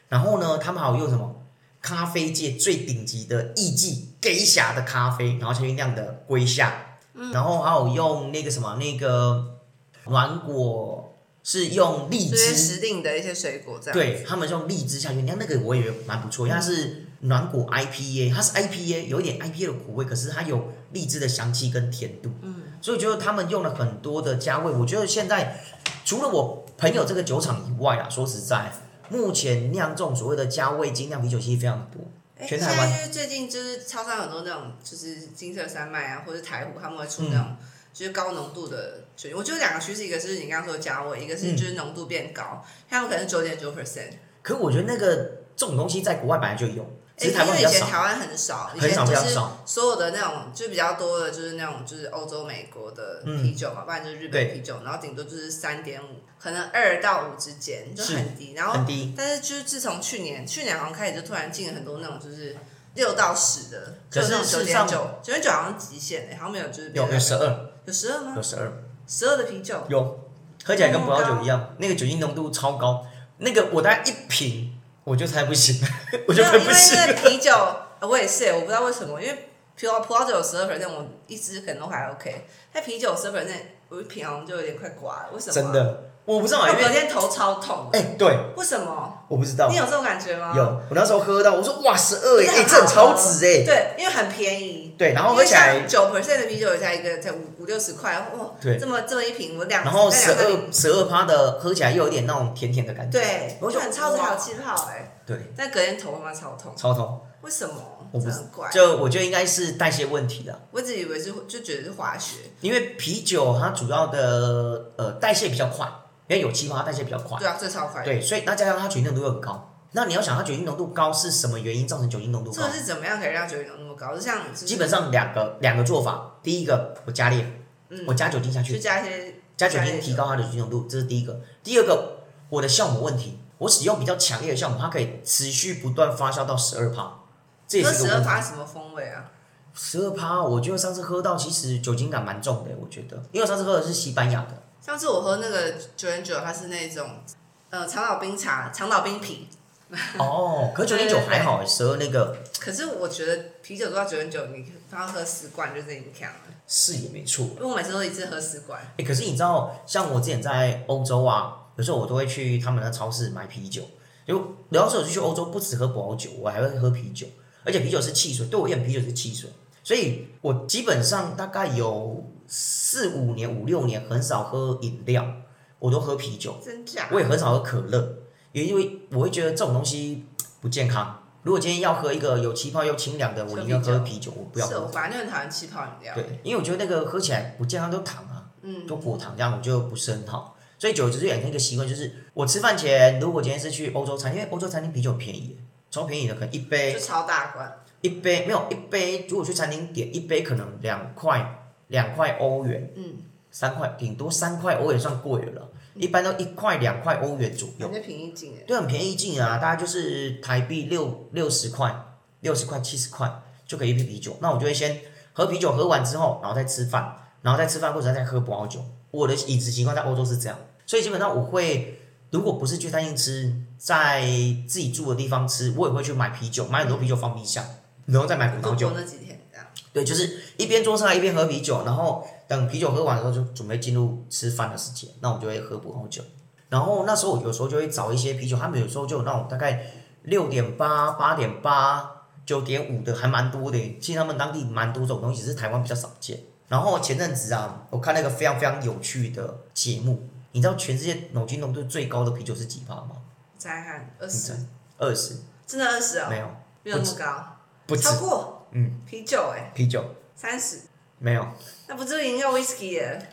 [SPEAKER 2] 然后呢，他们还有用什么？咖啡界最顶级的艺妓给侠的咖啡，然后下去酿的龟下，然后还有用那个什么那个软果是用荔
[SPEAKER 1] 这些
[SPEAKER 2] 枝，
[SPEAKER 1] 时令的一些水果这样。嗯
[SPEAKER 2] 对他们用荔枝下去，你看那个我也觉得蛮不错，因为它是软果 IPA，它是 IPA 有一点 IPA 的苦味，可是它有荔枝的香气跟甜度，嗯，所以我觉得他们用了很多的加味。我觉得现在除了我朋友这个酒厂以外啊，说实在，目前酿这种所谓的加味精酿啤酒其实非常多，
[SPEAKER 1] 哎，
[SPEAKER 2] 全
[SPEAKER 1] 现
[SPEAKER 2] 台湾
[SPEAKER 1] 在就是最近就是超商很多那种就是金色山脉啊，或者台湖他们会出那
[SPEAKER 2] 嗯
[SPEAKER 1] 种就是高浓度的酒精。我觉得两个趋势，一个是你刚刚说的加味，一个是
[SPEAKER 2] 嗯
[SPEAKER 1] 就是浓度变高，他们可能九点九 percent。
[SPEAKER 2] 可我觉得那个这种东西在国外本来就有，只
[SPEAKER 1] 哎，
[SPEAKER 2] 是台
[SPEAKER 1] 因
[SPEAKER 2] 湾
[SPEAKER 1] 为
[SPEAKER 2] 比
[SPEAKER 1] 以
[SPEAKER 2] 较
[SPEAKER 1] 前
[SPEAKER 2] 少，
[SPEAKER 1] 台湾很少，以
[SPEAKER 2] 很
[SPEAKER 1] 前
[SPEAKER 2] 少
[SPEAKER 1] 就
[SPEAKER 2] 比较
[SPEAKER 1] 是
[SPEAKER 2] 少，
[SPEAKER 1] 所有的那种就比较多的，就是那种就是欧洲、美国的啤酒嘛，不然就是日本
[SPEAKER 2] 嗯对
[SPEAKER 1] 啤酒，然后顶多就是三点五，可能二到五之间，就是很低。然后
[SPEAKER 2] 很低。
[SPEAKER 1] 但是就是自从去年，去年好像开始就突然进了很多那种就是六到十的，
[SPEAKER 2] 可是
[SPEAKER 1] 就那种九
[SPEAKER 2] 事实
[SPEAKER 1] 点
[SPEAKER 2] 上
[SPEAKER 1] 九，九点九好像极限诶、好像没有就是别
[SPEAKER 2] 有
[SPEAKER 1] 的
[SPEAKER 2] 有十二，
[SPEAKER 1] 有十二吗
[SPEAKER 2] 有？十二。
[SPEAKER 1] 十二的啤酒，
[SPEAKER 2] 有，喝起来跟葡萄酒一样，那个酒精浓度超高。那个我大概一瓶，我就猜不行， 我就
[SPEAKER 1] 没有
[SPEAKER 2] 猜
[SPEAKER 1] 因
[SPEAKER 2] 不
[SPEAKER 1] 为
[SPEAKER 2] 行。
[SPEAKER 1] 那个啤酒，呃我也是、欸，我不知道为什么，因为葡萄葡萄酒有十二 percent，我一支可能都还 OK，但啤酒十二 percent，我一瓶好像就有点快挂了，为什么、啊
[SPEAKER 2] 真，的，我不知道啊，
[SPEAKER 1] 我
[SPEAKER 2] 因为
[SPEAKER 1] 隔天头超痛的，
[SPEAKER 2] 哎、对，
[SPEAKER 1] 为什么？
[SPEAKER 2] 我不知道
[SPEAKER 1] 你。有这种感觉吗？
[SPEAKER 2] 有，，我那时候喝到，我说哇，十二
[SPEAKER 1] 啊真
[SPEAKER 2] 哎，
[SPEAKER 1] 的
[SPEAKER 2] 哎、
[SPEAKER 1] 很
[SPEAKER 2] 这很
[SPEAKER 1] 好
[SPEAKER 2] 超
[SPEAKER 1] 喝
[SPEAKER 2] 值哎、
[SPEAKER 1] 对，因为很便宜。
[SPEAKER 2] 对，然后
[SPEAKER 1] 因
[SPEAKER 2] 喝
[SPEAKER 1] 为
[SPEAKER 2] 起
[SPEAKER 1] 像
[SPEAKER 2] 来，
[SPEAKER 1] 九 percent 的啤酒才一个才五五六十块，哇，
[SPEAKER 2] 对
[SPEAKER 1] 这么这么一瓶，我两
[SPEAKER 2] 然后
[SPEAKER 1] 那
[SPEAKER 2] 十
[SPEAKER 1] 两三瓶
[SPEAKER 2] 二十二趴的喝起来又有点那种甜甜的感觉，
[SPEAKER 1] 对，
[SPEAKER 2] 我就
[SPEAKER 1] 很超级
[SPEAKER 2] 哇
[SPEAKER 1] 好气泡哎，
[SPEAKER 2] 对，
[SPEAKER 1] 但隔天头他妈超痛，
[SPEAKER 2] 超痛。
[SPEAKER 1] 为什么？
[SPEAKER 2] 我不
[SPEAKER 1] 这
[SPEAKER 2] 知
[SPEAKER 1] 很怪，
[SPEAKER 2] 就我觉得应该是代谢问题啦，
[SPEAKER 1] 我一直以为是就觉得是化学，
[SPEAKER 2] 因为啤酒它主要的呃代谢比较快，因为有气泡它代谢比较快。
[SPEAKER 1] 对啊，这超快，
[SPEAKER 2] 对，所以那加上它酒精浓度又很高，那你要想它酒精浓度高是什么原因造成酒精浓度
[SPEAKER 1] 这
[SPEAKER 2] 高
[SPEAKER 1] 个？是怎么样可以让酒精浓度那么高？就像就是
[SPEAKER 2] 基本上两个两个做法，第一个我加烈，
[SPEAKER 1] 嗯
[SPEAKER 2] 我加酒精下
[SPEAKER 1] 去
[SPEAKER 2] 去，
[SPEAKER 1] 加一些
[SPEAKER 2] 加酒
[SPEAKER 1] 加
[SPEAKER 2] 精
[SPEAKER 1] 烈
[SPEAKER 2] 提
[SPEAKER 1] 酒
[SPEAKER 2] 高它的酒精浓度，这是第一个。第二个，我的酵母问题，我使用比较强烈的酵母，它可以持续不断发酵到十二趴，这也
[SPEAKER 1] 喝
[SPEAKER 2] 是
[SPEAKER 1] 十
[SPEAKER 2] 个
[SPEAKER 1] 二
[SPEAKER 2] 问题。
[SPEAKER 1] 发什么风味啊？
[SPEAKER 2] 十二趴，我觉得上次喝到其实酒精感蛮重的，我觉得，因为我上次喝的是西班牙的，
[SPEAKER 1] 上次我喝那个九点九，它是那种呃长岛冰茶、长岛冰啤，
[SPEAKER 2] 哦，可九
[SPEAKER 1] 对
[SPEAKER 2] 点
[SPEAKER 1] 对
[SPEAKER 2] 九
[SPEAKER 1] 对
[SPEAKER 2] 还好，十二那个
[SPEAKER 1] 可是我觉得啤酒做到九点九，你刚喝十罐就是你看了，
[SPEAKER 2] 是也没错。
[SPEAKER 1] 因为我每次都一次喝十罐。
[SPEAKER 2] 哎、可是你知道，像我之前在欧洲啊，有时候我都会去他们的超市买啤酒。就刘老师有去欧洲，不只喝葡萄酒，我还会喝啤酒，而且啤酒是汽水，对我而言，啤酒是汽水，所以我基本上大概有四五年、五六年很少喝饮料，我都喝啤酒，
[SPEAKER 1] 真假？
[SPEAKER 2] 我也很少喝可乐，也因为我会觉得这种东西不健康。如果今天要喝一个有气泡又清凉的，我宁愿喝啤酒，哦我不要
[SPEAKER 1] 是我
[SPEAKER 2] 喝。
[SPEAKER 1] 反正就很讨厌气泡饮料。
[SPEAKER 2] 对，因为我觉得那个喝起来不健康，都糖啊。
[SPEAKER 1] 嗯，
[SPEAKER 2] 就果糖这样，我就不是很好。所以久而久之养成一个习惯，就是我吃饭前，如果今天是去欧洲餐，因为欧洲餐厅啤酒很便宜，超便宜的，可能一杯
[SPEAKER 1] 就超大罐，
[SPEAKER 2] 一杯没有一杯，如果去餐厅点一杯，可能两块两块欧元，
[SPEAKER 1] 嗯，
[SPEAKER 2] 三块顶多三块欧元算贵了啦，一般都一块两块欧元左右
[SPEAKER 1] 人，家平易近哎，
[SPEAKER 2] 对，很便宜进啊，大概就是台币六六十块、六十块、七十块就可以一瓶啤酒。那我就会先喝啤酒，喝完之后，然后再吃饭，然后再吃饭或者再喝葡萄酒。我的饮食习惯在欧洲是这样，所以基本上我会，如果不是去餐厅吃，在自己住的地方吃，我也会去买啤酒，买很多啤酒放冰箱，然后再买葡萄
[SPEAKER 1] 度
[SPEAKER 2] 酒
[SPEAKER 1] 过。那几天这样，
[SPEAKER 2] 对，就是一边桌上一边喝啤酒，然后等啤酒喝完的时候就准备进入吃饭的时间，那我们就会喝葡萄酒。然后那时候我有时候就会找一些啤酒，他们有时候就有那种大概六点八、八点八、九点五的，还蛮多的。其实他们当地蛮多这种东西，只是台湾比较少见。然后前阵子啊，我看那个非常非常有趣的节目，你知道全世界脑筋浓度最高的啤酒是几趴吗？
[SPEAKER 1] 再看二
[SPEAKER 2] 你猜
[SPEAKER 1] 十，？
[SPEAKER 2] 二十？
[SPEAKER 1] 真的二十哦，
[SPEAKER 2] 没有，
[SPEAKER 1] 没有那么高，
[SPEAKER 2] 不止
[SPEAKER 1] 超。过，
[SPEAKER 2] 嗯，
[SPEAKER 1] 啤酒哎，
[SPEAKER 2] 啤酒
[SPEAKER 1] 三十，
[SPEAKER 2] 没有，
[SPEAKER 1] 那不就赢掉 whisky 耶？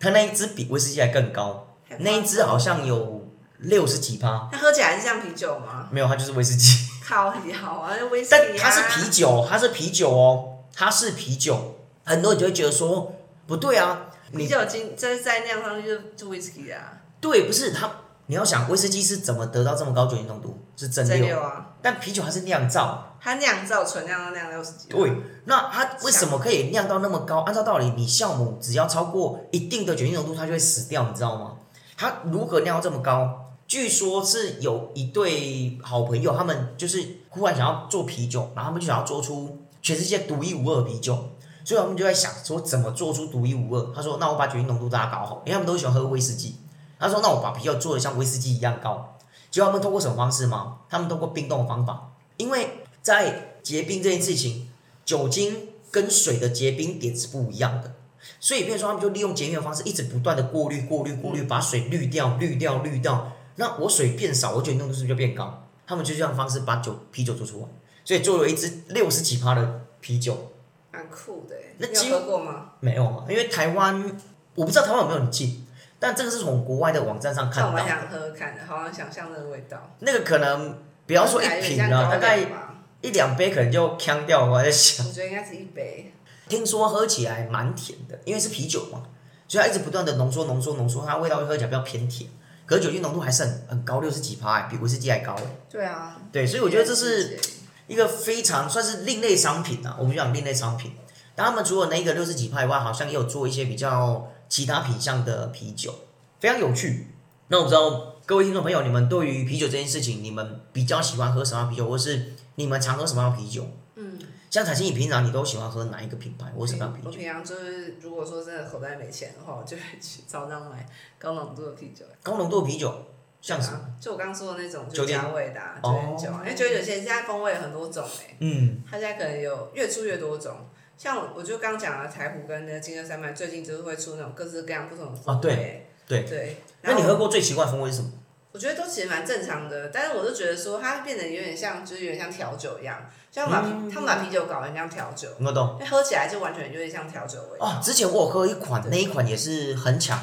[SPEAKER 2] 它那一支比威士忌还更高。那一啊只好像有六十几趴，
[SPEAKER 1] 那喝起来是像啤酒吗？
[SPEAKER 2] 没有，它就是威士忌，
[SPEAKER 1] 靠好啊，那 whisky
[SPEAKER 2] 但
[SPEAKER 1] 啊
[SPEAKER 2] 它是啤酒，它是啤酒哦，它是啤酒。很多人就会觉得说不对啊，
[SPEAKER 1] 啤
[SPEAKER 2] 你
[SPEAKER 1] 酒精就是在酿上去就就 whisky 啊，
[SPEAKER 2] 对不是它，你要想威士忌是怎么得到这么高酒精浓度，是蒸
[SPEAKER 1] 真
[SPEAKER 2] 馏，
[SPEAKER 1] 六啊，
[SPEAKER 2] 但啤酒它是酿造，
[SPEAKER 1] 它酿造纯酿到酿六十几，
[SPEAKER 2] 对，那它为什么可以酿到那么高？按照道理，你酵母只要超过一定的酒精浓度，它就会死掉，你知道吗？它如何酿到这么高？据说是有一对好朋友，他们就是忽然想要做啤酒，然后他们就想要做出全世界独一无二的啤酒，所以他们就在想说怎么做出独一无二。他说：“那我把酒精浓度大家搞好，因为他们都喜欢喝威士忌。”他说：“那我把啤酒做的像威士忌一样高。”结果他们通过什么方式吗？他们通过冰冻的方法，因为在结冰这件事情，酒精跟水的结冰点是不一样的，所以变成说他们就利用结冰的方式，一直不断的过滤、过滤、过滤，把水滤掉、滤掉、滤掉。那我水变少，我酒精浓度是不是就变高？他们就这样方式把酒啤酒做出来，所以做了一支六十几趴的啤酒。
[SPEAKER 1] 蛮酷的耶。
[SPEAKER 2] 那
[SPEAKER 1] 你
[SPEAKER 2] 几
[SPEAKER 1] 有
[SPEAKER 2] 乎
[SPEAKER 1] 喝过吗？
[SPEAKER 2] 没有啊，因为台湾我不知道台湾有没有很近，但这个是从国外的网站上
[SPEAKER 1] 像我
[SPEAKER 2] 看
[SPEAKER 1] 蛮，
[SPEAKER 2] 到
[SPEAKER 1] 想喝喝看的，好像想象那个味道。
[SPEAKER 2] 那个可能不要说一
[SPEAKER 1] 听
[SPEAKER 2] 瓶
[SPEAKER 1] 起来有点像
[SPEAKER 2] 啊，大
[SPEAKER 1] 高
[SPEAKER 2] 概
[SPEAKER 1] 粱吧
[SPEAKER 2] 一两杯可能就呛掉了。我还在想。
[SPEAKER 1] 我觉得应该是一杯，
[SPEAKER 2] 听说喝起来蛮甜的，因为是啤酒嘛，所以它一直不断的浓缩、浓缩、浓缩，它味道会喝起来比较偏甜，可是酒精浓度还是很很高，六十几趴、欸比威士忌还高。
[SPEAKER 1] 对啊。
[SPEAKER 2] 对，所以我觉得这是
[SPEAKER 1] 应该
[SPEAKER 2] 一个非常算是另类商品啊，我们讲另类商品。但他们除了那个六十几派以外，好像也有做一些比较其他品相的啤酒，非常有趣。那我不知道各位听众朋友，你们对于啤酒这件事情，你们比较喜欢喝什么样的啤酒，或是你们常喝什么样的啤酒？
[SPEAKER 1] 嗯，
[SPEAKER 2] 像彩青，你平常啊你都喜欢喝哪一个品牌或什么样的啤
[SPEAKER 1] 我
[SPEAKER 2] 酒？
[SPEAKER 1] 平常就是，如果说真的口袋没钱的话，我就会去超商买高浓度的啤酒。
[SPEAKER 2] 高浓度的啤酒，像什么？
[SPEAKER 1] 啊，就我刚说的那种，
[SPEAKER 2] 九
[SPEAKER 1] 就
[SPEAKER 2] 点
[SPEAKER 1] 加味的啊九
[SPEAKER 2] 哦
[SPEAKER 1] 点九啊，因为九点九现在风味有很多种哎，
[SPEAKER 2] 嗯，
[SPEAKER 1] 它现在可能有越出越多种。像我就刚讲了台湖跟那个金色山脉，最近就是会出那种各式各样不同的风味欸。
[SPEAKER 2] 啊对
[SPEAKER 1] 对，
[SPEAKER 2] 那
[SPEAKER 1] 然
[SPEAKER 2] 你
[SPEAKER 1] 后
[SPEAKER 2] 喝过最奇怪的风味是什么？
[SPEAKER 1] 我觉得都其实蛮正常的，但是我就觉得说它变得有点像，就是有点像调酒一样，就像把啤、
[SPEAKER 2] 嗯
[SPEAKER 1] 他们把啤酒搞成像调酒，
[SPEAKER 2] 有没有懂？
[SPEAKER 1] 那喝起来就完全有点像调酒味。
[SPEAKER 2] 哦，之前我有喝一款，那一款也是很强，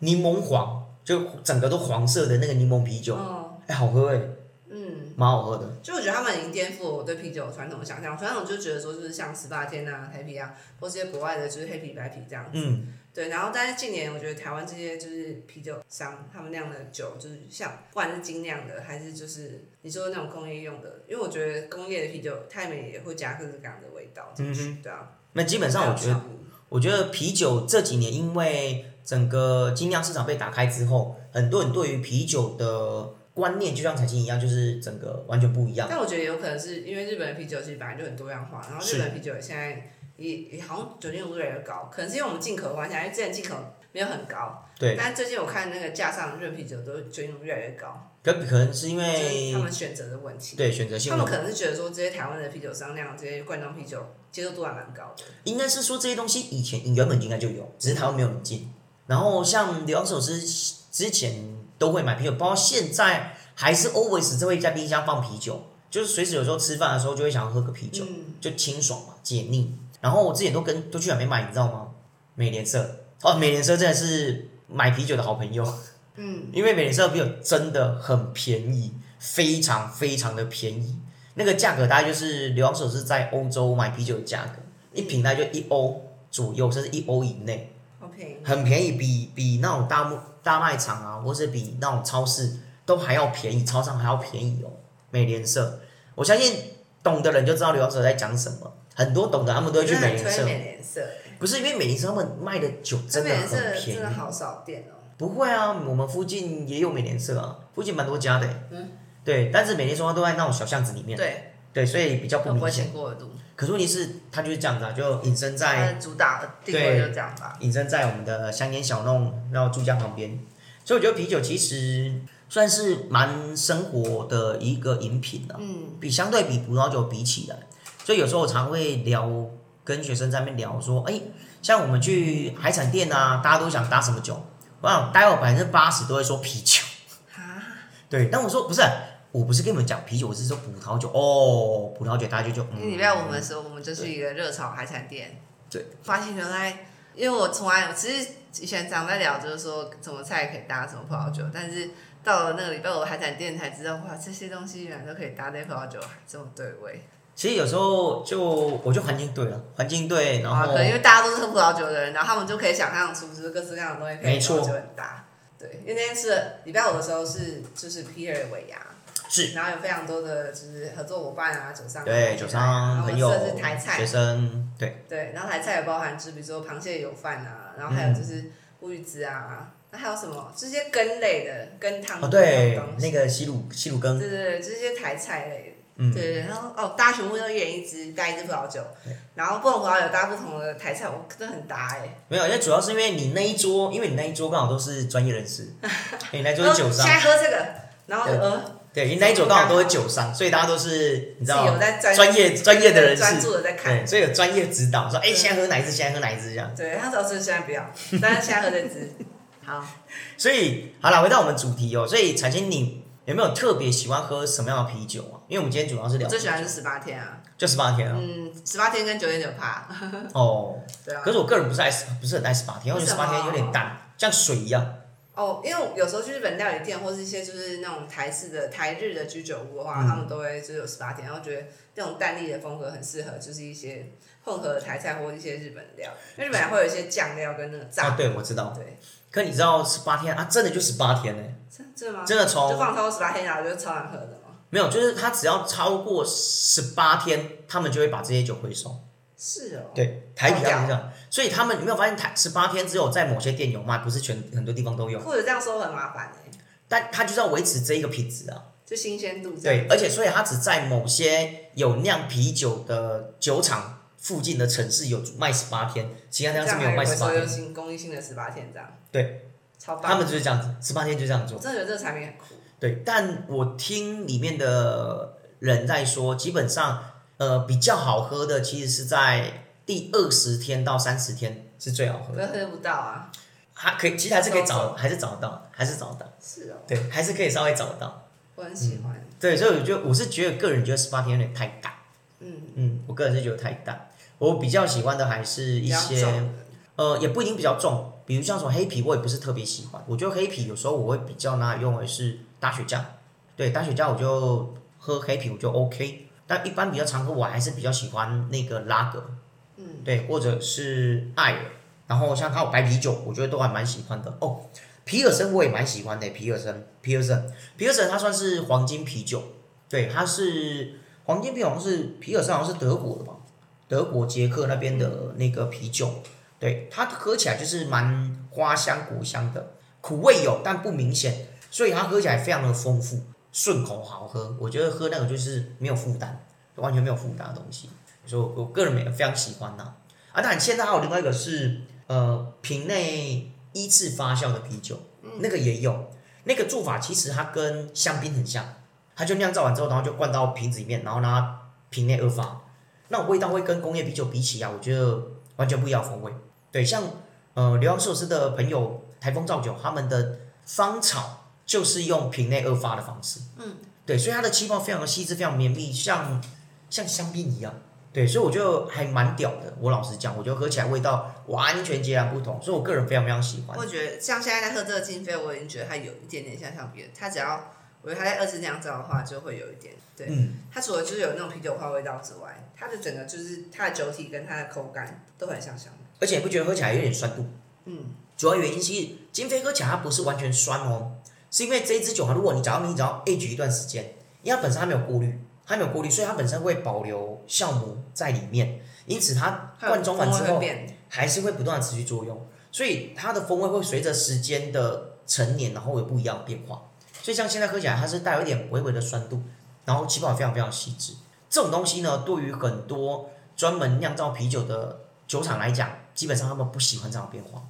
[SPEAKER 2] 柠檬黄，就整个都黄色的那个柠檬啤酒，
[SPEAKER 1] 嗯
[SPEAKER 2] 哎、好喝哎、
[SPEAKER 1] 嗯，
[SPEAKER 2] 蛮好喝的。
[SPEAKER 1] 就我觉得他们已经颠覆了我对啤酒传统的想象，传统就觉得说就是像十八天啊、台啤啊，或是一些国外的就是黑啤白啤这样。
[SPEAKER 2] 嗯，
[SPEAKER 1] 对，然后但是近年我觉得台湾这些就是啤酒商他们酿的酒，就是像不管是精酿的，还是就是你说那种工业用的，因为我觉得工业的啤酒太美也会加各式各样的味道进去，对啊。
[SPEAKER 2] 那嗯基本上我觉得，我觉得啤酒这几年因为整个精酿市场被打开之后，很多人对于啤酒的观念就像彩青一样，就是整个完全不一样。
[SPEAKER 1] 但我觉得有可能是因为日本的啤酒其实本来就很多样化，然后
[SPEAKER 2] 是
[SPEAKER 1] 日本的啤酒现在也也好像酒精浓度越来越高，可能是因为我们进口的关系，因为之前进口没有很高，
[SPEAKER 2] 对，
[SPEAKER 1] 但最近我看那个架上日本啤酒都酒精浓度越来越高，
[SPEAKER 2] 可可能是因
[SPEAKER 1] 就是
[SPEAKER 2] 为
[SPEAKER 1] 他们选择的问题。
[SPEAKER 2] 哎对选择性
[SPEAKER 1] 他
[SPEAKER 2] 问
[SPEAKER 1] 们
[SPEAKER 2] 题
[SPEAKER 1] 可能是觉得说，这些台湾的啤酒商酿这些罐装啤酒接受度还蛮高的。
[SPEAKER 2] 应该是说这些东西以前原本应该就有，只是台湾没有引进。然后像刘洋手之之前都会买啤酒，包括现在还是 always 都会在冰箱放啤酒，就是随时有时候吃饭的时候就会想要喝个啤酒，
[SPEAKER 1] 嗯，
[SPEAKER 2] 就清爽嘛，解腻。然后我之前都跟都去哪边买，你知道吗？美联社哦，美联社真的是买啤酒的好朋友，
[SPEAKER 1] 嗯，
[SPEAKER 2] 因为美联社的啤酒真的很便宜，非常非常的便宜，那个价格大概就是流浪手是在欧洲买啤酒的价格，一瓶大概就一欧左右，甚至一欧以内，
[SPEAKER 1] 好便宜。
[SPEAKER 2] 很便宜，比比那种大卖大卖场啊，或是比那种超市都还要便宜，超商还要便宜哦。美联社，我相信懂的人就知道流浪手在讲什么，很多懂的他们都会去
[SPEAKER 1] 我觉得
[SPEAKER 2] 美
[SPEAKER 1] 很
[SPEAKER 2] 联
[SPEAKER 1] 推
[SPEAKER 2] 社，
[SPEAKER 1] 啊美联社，啊
[SPEAKER 2] 不是因为美联社他们卖的酒真
[SPEAKER 1] 美
[SPEAKER 2] 的
[SPEAKER 1] 联社
[SPEAKER 2] 很便
[SPEAKER 1] 真的
[SPEAKER 2] 宜。
[SPEAKER 1] 好少店哦。
[SPEAKER 2] 不会啊，我们附近也有美联社啊，附近蛮多家的、
[SPEAKER 1] 嗯。
[SPEAKER 2] 对，但是美联社都在那种小巷子里面。
[SPEAKER 1] 对，
[SPEAKER 2] 对，所以比较不
[SPEAKER 1] 都不
[SPEAKER 2] 明
[SPEAKER 1] 会
[SPEAKER 2] 显。
[SPEAKER 1] 经过的路，
[SPEAKER 2] 可是问题是，它就是这样子啊，就隐身
[SPEAKER 1] 它
[SPEAKER 2] 在
[SPEAKER 1] 的主打的定位就这样吧。
[SPEAKER 2] 隐身在我们的乡间小弄，然后住家旁边。所以我觉得啤酒其实算是蛮生活的一个饮品了、
[SPEAKER 1] 嗯，
[SPEAKER 2] 比相对比葡萄酒比起来，所以有时候我常会聊跟学生在那边聊说，哎、像我们去海产店啊，大家都想搭什么酒？我想待会百分之八十都会说啤酒。
[SPEAKER 1] 哈，
[SPEAKER 2] 对，但我说不是，我不是跟你们讲啤酒，我是说葡萄酒哦，葡萄酒大家就就、嗯、
[SPEAKER 1] 因为你不要我们说，我们就去一个热炒海产店，
[SPEAKER 2] 对，
[SPEAKER 1] 发现原来，因为我从来其实以前常在聊，就是说什么菜可以搭什么葡萄酒，但是到了那个礼拜我海产店才知道，哇，这些东西原来都可以搭在葡萄酒这种对味。
[SPEAKER 2] 其实有时候就我就环境队了，环境队，然
[SPEAKER 1] 啊，
[SPEAKER 2] 后
[SPEAKER 1] 可能因为大家都是喝葡萄酒的人，然后他们就可以想象出就是各式各样的东西可以
[SPEAKER 2] 没错
[SPEAKER 1] 跟葡萄酒很搭。对，因为那天吃了礼拜五的时候是就是 Peter 的尾牙，
[SPEAKER 2] 是
[SPEAKER 1] 然后有非常多的就是合作伙伴啊，酒商
[SPEAKER 2] 对酒商
[SPEAKER 1] 然后甚
[SPEAKER 2] 朋友
[SPEAKER 1] 至台菜
[SPEAKER 2] 学生，对，
[SPEAKER 1] 对，然后台菜也包含就是比如说螃蟹有饭啊，然后
[SPEAKER 2] 嗯
[SPEAKER 1] 还有就是乌鱼子啊，那还有什么这些羹类的羹汤的
[SPEAKER 2] 哦对
[SPEAKER 1] 啊东，西
[SPEAKER 2] 那个西鲁西鲁
[SPEAKER 1] 对
[SPEAKER 2] 羹，
[SPEAKER 1] 对对，这些台菜类的。
[SPEAKER 2] 嗯，
[SPEAKER 1] 对，然后哦，大家全部都一人一支，带一支葡萄酒，然后不同葡萄酒搭不同的台菜，我真的很搭哎、
[SPEAKER 2] 没有，因为主要是因为你那一桌，因为你那一桌刚好都是专业人士， 你那一桌
[SPEAKER 1] 哦
[SPEAKER 2] 是酒
[SPEAKER 1] 现在
[SPEAKER 2] 商，
[SPEAKER 1] 喝这个，然后就呃，
[SPEAKER 2] 对，你那一桌刚好都是酒商，所以大家都是你
[SPEAKER 1] 自
[SPEAKER 2] 知
[SPEAKER 1] 己有
[SPEAKER 2] 道
[SPEAKER 1] 在专
[SPEAKER 2] 专业专业的人
[SPEAKER 1] 专
[SPEAKER 2] 士，
[SPEAKER 1] 注的在看。
[SPEAKER 2] 对，所以有专业指导，说哎，现在喝哪一支，现在喝哪一支这样。
[SPEAKER 1] 对，他早知道现在不要，但是现在喝这 支。好，
[SPEAKER 2] 所以好了，回到我们主题哦。所以产生你有没有特别喜欢喝什么样的啤酒啊？因为我们今天主要是
[SPEAKER 1] 我
[SPEAKER 2] 聊
[SPEAKER 1] 最喜欢的是十八天啊，
[SPEAKER 2] 就十八天啊。
[SPEAKER 1] 嗯，十八天跟九点九趴，
[SPEAKER 2] 哦，
[SPEAKER 1] 对啊
[SPEAKER 2] 可。是我个人不是爱不是很爱十八天，我觉得
[SPEAKER 1] 为
[SPEAKER 2] 十
[SPEAKER 1] 什么
[SPEAKER 2] 八天有点淡，像水一样。
[SPEAKER 1] 哦，因为我有时候去日本料理店或是一些就是那种台式的台日的居酒屋的话，
[SPEAKER 2] 嗯
[SPEAKER 1] 他们都会就是有十八天，然后觉得那种淡丽的风格很适合，就是一些混合的台菜或一些日本料，因为日本还会有一些酱料跟那个
[SPEAKER 2] 啊，
[SPEAKER 1] 炸。
[SPEAKER 2] 对，我知道。
[SPEAKER 1] 对，
[SPEAKER 2] 可你知道十八天啊，真的就十八天呢、
[SPEAKER 1] 真真的吗？
[SPEAKER 2] 真的
[SPEAKER 1] 就
[SPEAKER 2] 从
[SPEAKER 1] 放超过十八天，然后就超难喝的吗？
[SPEAKER 2] 没有，就是它只要超过十八天，他们就会把这些酒回收。
[SPEAKER 1] 是哦。
[SPEAKER 2] 对，台啤
[SPEAKER 1] 哦
[SPEAKER 2] 他们是这样，所以他们你没有发现台十八天只有在某些店有卖，不是全很多地方都有，
[SPEAKER 1] 或者这样说很麻烦哎、
[SPEAKER 2] 但它就是要维持这一个品质啊。
[SPEAKER 1] 就新鲜度这样。
[SPEAKER 2] 对，而且所以它只在某些有酿啤酒的酒厂附近的城市有卖十八天，其他地
[SPEAKER 1] 这
[SPEAKER 2] 方
[SPEAKER 1] 样
[SPEAKER 2] 是没有
[SPEAKER 1] 还
[SPEAKER 2] 卖
[SPEAKER 1] 回
[SPEAKER 2] 十八
[SPEAKER 1] 收
[SPEAKER 2] 天
[SPEAKER 1] 又。新供应新的十八天这样。
[SPEAKER 2] 对，
[SPEAKER 1] 超棒。
[SPEAKER 2] 他们就是这样子，十八天就这样
[SPEAKER 1] 我
[SPEAKER 2] 做。
[SPEAKER 1] 真的觉得这个产品很酷。
[SPEAKER 2] 对，但我听里面的人在说，基本上呃比较好喝的其实是在第二十天到三十天是最好喝
[SPEAKER 1] 可
[SPEAKER 2] 的，
[SPEAKER 1] 是喝不到啊。
[SPEAKER 2] 还可以，其实还是可以找，还是找得到，还是找得到，
[SPEAKER 1] 是哦，
[SPEAKER 2] 对，还是可以稍微找得到。
[SPEAKER 1] 我很喜欢。
[SPEAKER 2] 对，所以我觉得我是觉得个人觉得十八天有点太大。
[SPEAKER 1] 嗯，
[SPEAKER 2] 嗯，我个人是觉得太淡。我比较喜欢的还是一
[SPEAKER 1] 比较
[SPEAKER 2] 些，
[SPEAKER 1] 重的
[SPEAKER 2] 呃，也不一定比较重，比如像什么黑啤，我也不是特别喜欢。我觉得黑啤有时候我会比较拿来用的是打雪茄，对，打雪茄我就喝黑啤我就 OK，但一般比较常喝我还是比较喜欢那个拉格，
[SPEAKER 1] 嗯，
[SPEAKER 2] 对，或者是艾尔，然后像还有白啤酒，我觉得都还蛮喜欢的哦。皮尔森我也蛮喜欢的，皮尔森，皮尔森，皮尔森它算是黄金啤酒，对，它是黄金啤酒，好像是皮尔森好像是德国的吧，德国捷克那边的那个啤酒，对，它喝起来就是蛮花香果香的，苦味有但不明显，所以它喝起来非常的丰富，顺口好喝，我觉得喝那个就是没有负担，完全没有负担的东西，所以我我个人也非常喜欢呐、啊。当然现在还有另外一个是呃瓶内依次发酵的啤酒，嗯那个也有，那个做法其实它跟香槟很像，它就酿造完之后，然后就灌到瓶子里面，然后让它瓶内二发，那种味道会跟工业啤酒比起啊，我觉得完全不一样的风味。对，像呃流浪寿司的朋友台风造酒，他们的芳草就是用瓶内二发的方式，
[SPEAKER 1] 嗯，
[SPEAKER 2] 对，所以它的气泡非常的细致，非常绵密，像像香槟一样。对，所以我觉得还蛮屌的。我老实讲，我觉得喝起来味道完全截然不同，所以我个人非常非常喜欢。
[SPEAKER 1] 我觉得像现在在喝这个金飞，我已经觉得它有一点点像橡皮，它只要我觉得它在二次酿造的话就会有一点，对，
[SPEAKER 2] 嗯，
[SPEAKER 1] 它除了就是有那种啤酒花味道之外，它的整个就是它的酒体跟它的口感都很像香的，
[SPEAKER 2] 而且你不觉得喝起来有点酸度？
[SPEAKER 1] 嗯，
[SPEAKER 2] 主要原因是金飞哥讲它不是完全酸哦，是因为这一支酒啊，如果你只要你只要 age 一段时间，因为它本身它没有过滤，它没有过滤，所以它本身会保留酵母在里面，因此它
[SPEAKER 1] 它有
[SPEAKER 2] 灌装完之
[SPEAKER 1] 风味会
[SPEAKER 2] 后
[SPEAKER 1] 变，
[SPEAKER 2] 还是会不断的持续作用，所以它的风味会随着时间的陈年，然后有不一样的变化。所以像现在喝起来，它是带有一点微微的酸度，然后气泡也非常非常细致。这种东西呢，对于很多专门酿造啤酒的酒厂来讲，基本上他们不喜欢这样的变化。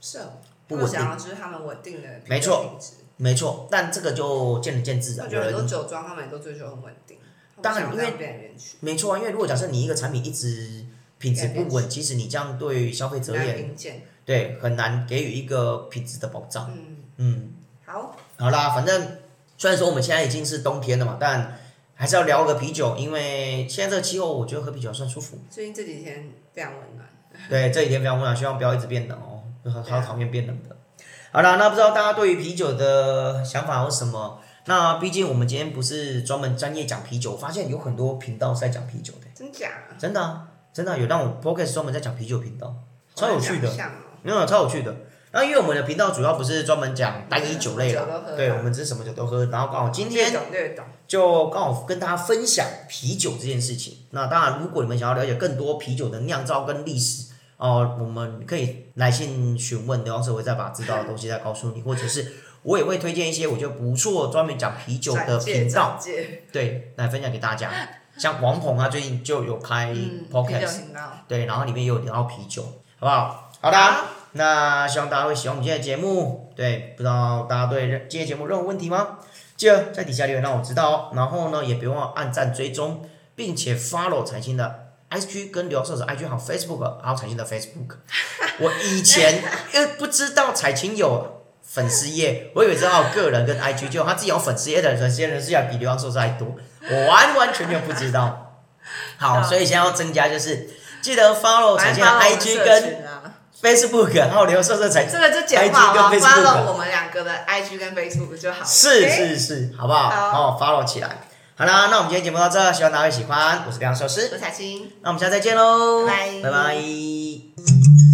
[SPEAKER 1] 是哦，
[SPEAKER 2] 不
[SPEAKER 1] 他
[SPEAKER 2] 稳
[SPEAKER 1] 们
[SPEAKER 2] 定
[SPEAKER 1] 想要就是他们稳定的啤酒
[SPEAKER 2] 没错
[SPEAKER 1] 品质，
[SPEAKER 2] 没错，但这个就见仁见智啊。
[SPEAKER 1] 我觉
[SPEAKER 2] 有
[SPEAKER 1] 得很多
[SPEAKER 2] 人
[SPEAKER 1] 酒庄他们也都追求很稳定，
[SPEAKER 2] 当然
[SPEAKER 1] 他们想要这样变来变去，
[SPEAKER 2] 没错啊，因为如果假设你一个产品一直品质不稳，其实你这样对消费者
[SPEAKER 1] 难
[SPEAKER 2] 也
[SPEAKER 1] 评鉴，
[SPEAKER 2] 对很难给予一个品质的保障。
[SPEAKER 1] 嗯，
[SPEAKER 2] 嗯，
[SPEAKER 1] 好，
[SPEAKER 2] 好啦，反正虽然说我们现在已经是冬天了嘛，但还是要聊个啤酒，因为现在这个气候，我觉得喝啤酒还算舒 服。
[SPEAKER 1] 最近这几天非常温暖。
[SPEAKER 2] 对，这几天非常温暖，希望不要一直变冷哦，很好讨厌变冷的。好啦，那不知道大家对于啤酒的想法有什么？那毕竟我们今天不是专门专业讲啤酒，我发现有很多频道是在讲啤酒的，
[SPEAKER 1] 真假？
[SPEAKER 2] 真的、啊、真的啊、有那种 p o c a s t 专门在讲啤酒频道，超有趣的
[SPEAKER 1] 好难想象哦
[SPEAKER 2] 没有超有趣的。那因为我们的频道主要不是专门讲单一酒类
[SPEAKER 1] 什么酒都
[SPEAKER 2] 啦，
[SPEAKER 1] 喝
[SPEAKER 2] 对，
[SPEAKER 1] 吧
[SPEAKER 2] 我们只是什么酒都喝。然后刚好今天
[SPEAKER 1] 略懂略懂，
[SPEAKER 2] 就刚好跟大家分享啤酒这件事情。那当然，如果你们想要了解更多啤酒的酿造跟历史哦、我们可以来信询问，然后我会再把知道的东西再告诉你，或者是我也会推荐一些我觉得不错专门讲啤酒的
[SPEAKER 1] 转介
[SPEAKER 2] 频道，
[SPEAKER 1] 转介
[SPEAKER 2] 对，来分享给大家。像王鹏啊他最近就有开
[SPEAKER 1] 嗯，啤酒
[SPEAKER 2] podcast，、
[SPEAKER 1] 频道，
[SPEAKER 2] 对，然后里面也有聊到啤酒，好不好？好的，那希望大家会喜欢我们今天的节目。对，不知道大家对任今天节目有任何问题吗？记得在底下留言让我知道哦。然后呢，也别忘了按赞追踪，并且 follow 财新的 IG 跟刘教授的 IG 还有 Facebook，还有财新的 Facebook。我以前因为不知道彩琴有粉丝页，我以为只有个人跟 IG，就他自己有粉丝页的粉丝页人数要比刘教授还多，我完完全全不知道。好，所以现在要增加就是记得 follow 彩
[SPEAKER 1] 反
[SPEAKER 2] 琴
[SPEAKER 1] 正 follow 我们社
[SPEAKER 2] 的 IG 跟
[SPEAKER 1] 群啊
[SPEAKER 2] Facebook，还有刘社社才
[SPEAKER 1] 这个就简化了
[SPEAKER 2] IG 跟 Facebook
[SPEAKER 1] ，follow 我们两个的 IG 跟 Facebook 就好了。
[SPEAKER 2] 是
[SPEAKER 1] OK？
[SPEAKER 2] 是是，好不好？
[SPEAKER 1] 哎好
[SPEAKER 2] 帮我 follow 起来。好啦，那我们今天节目到这，希望大家会喜欢。我是梁寿师，
[SPEAKER 1] 我彩青。
[SPEAKER 2] 那我们下次再见喽，
[SPEAKER 1] 拜拜
[SPEAKER 2] 拜拜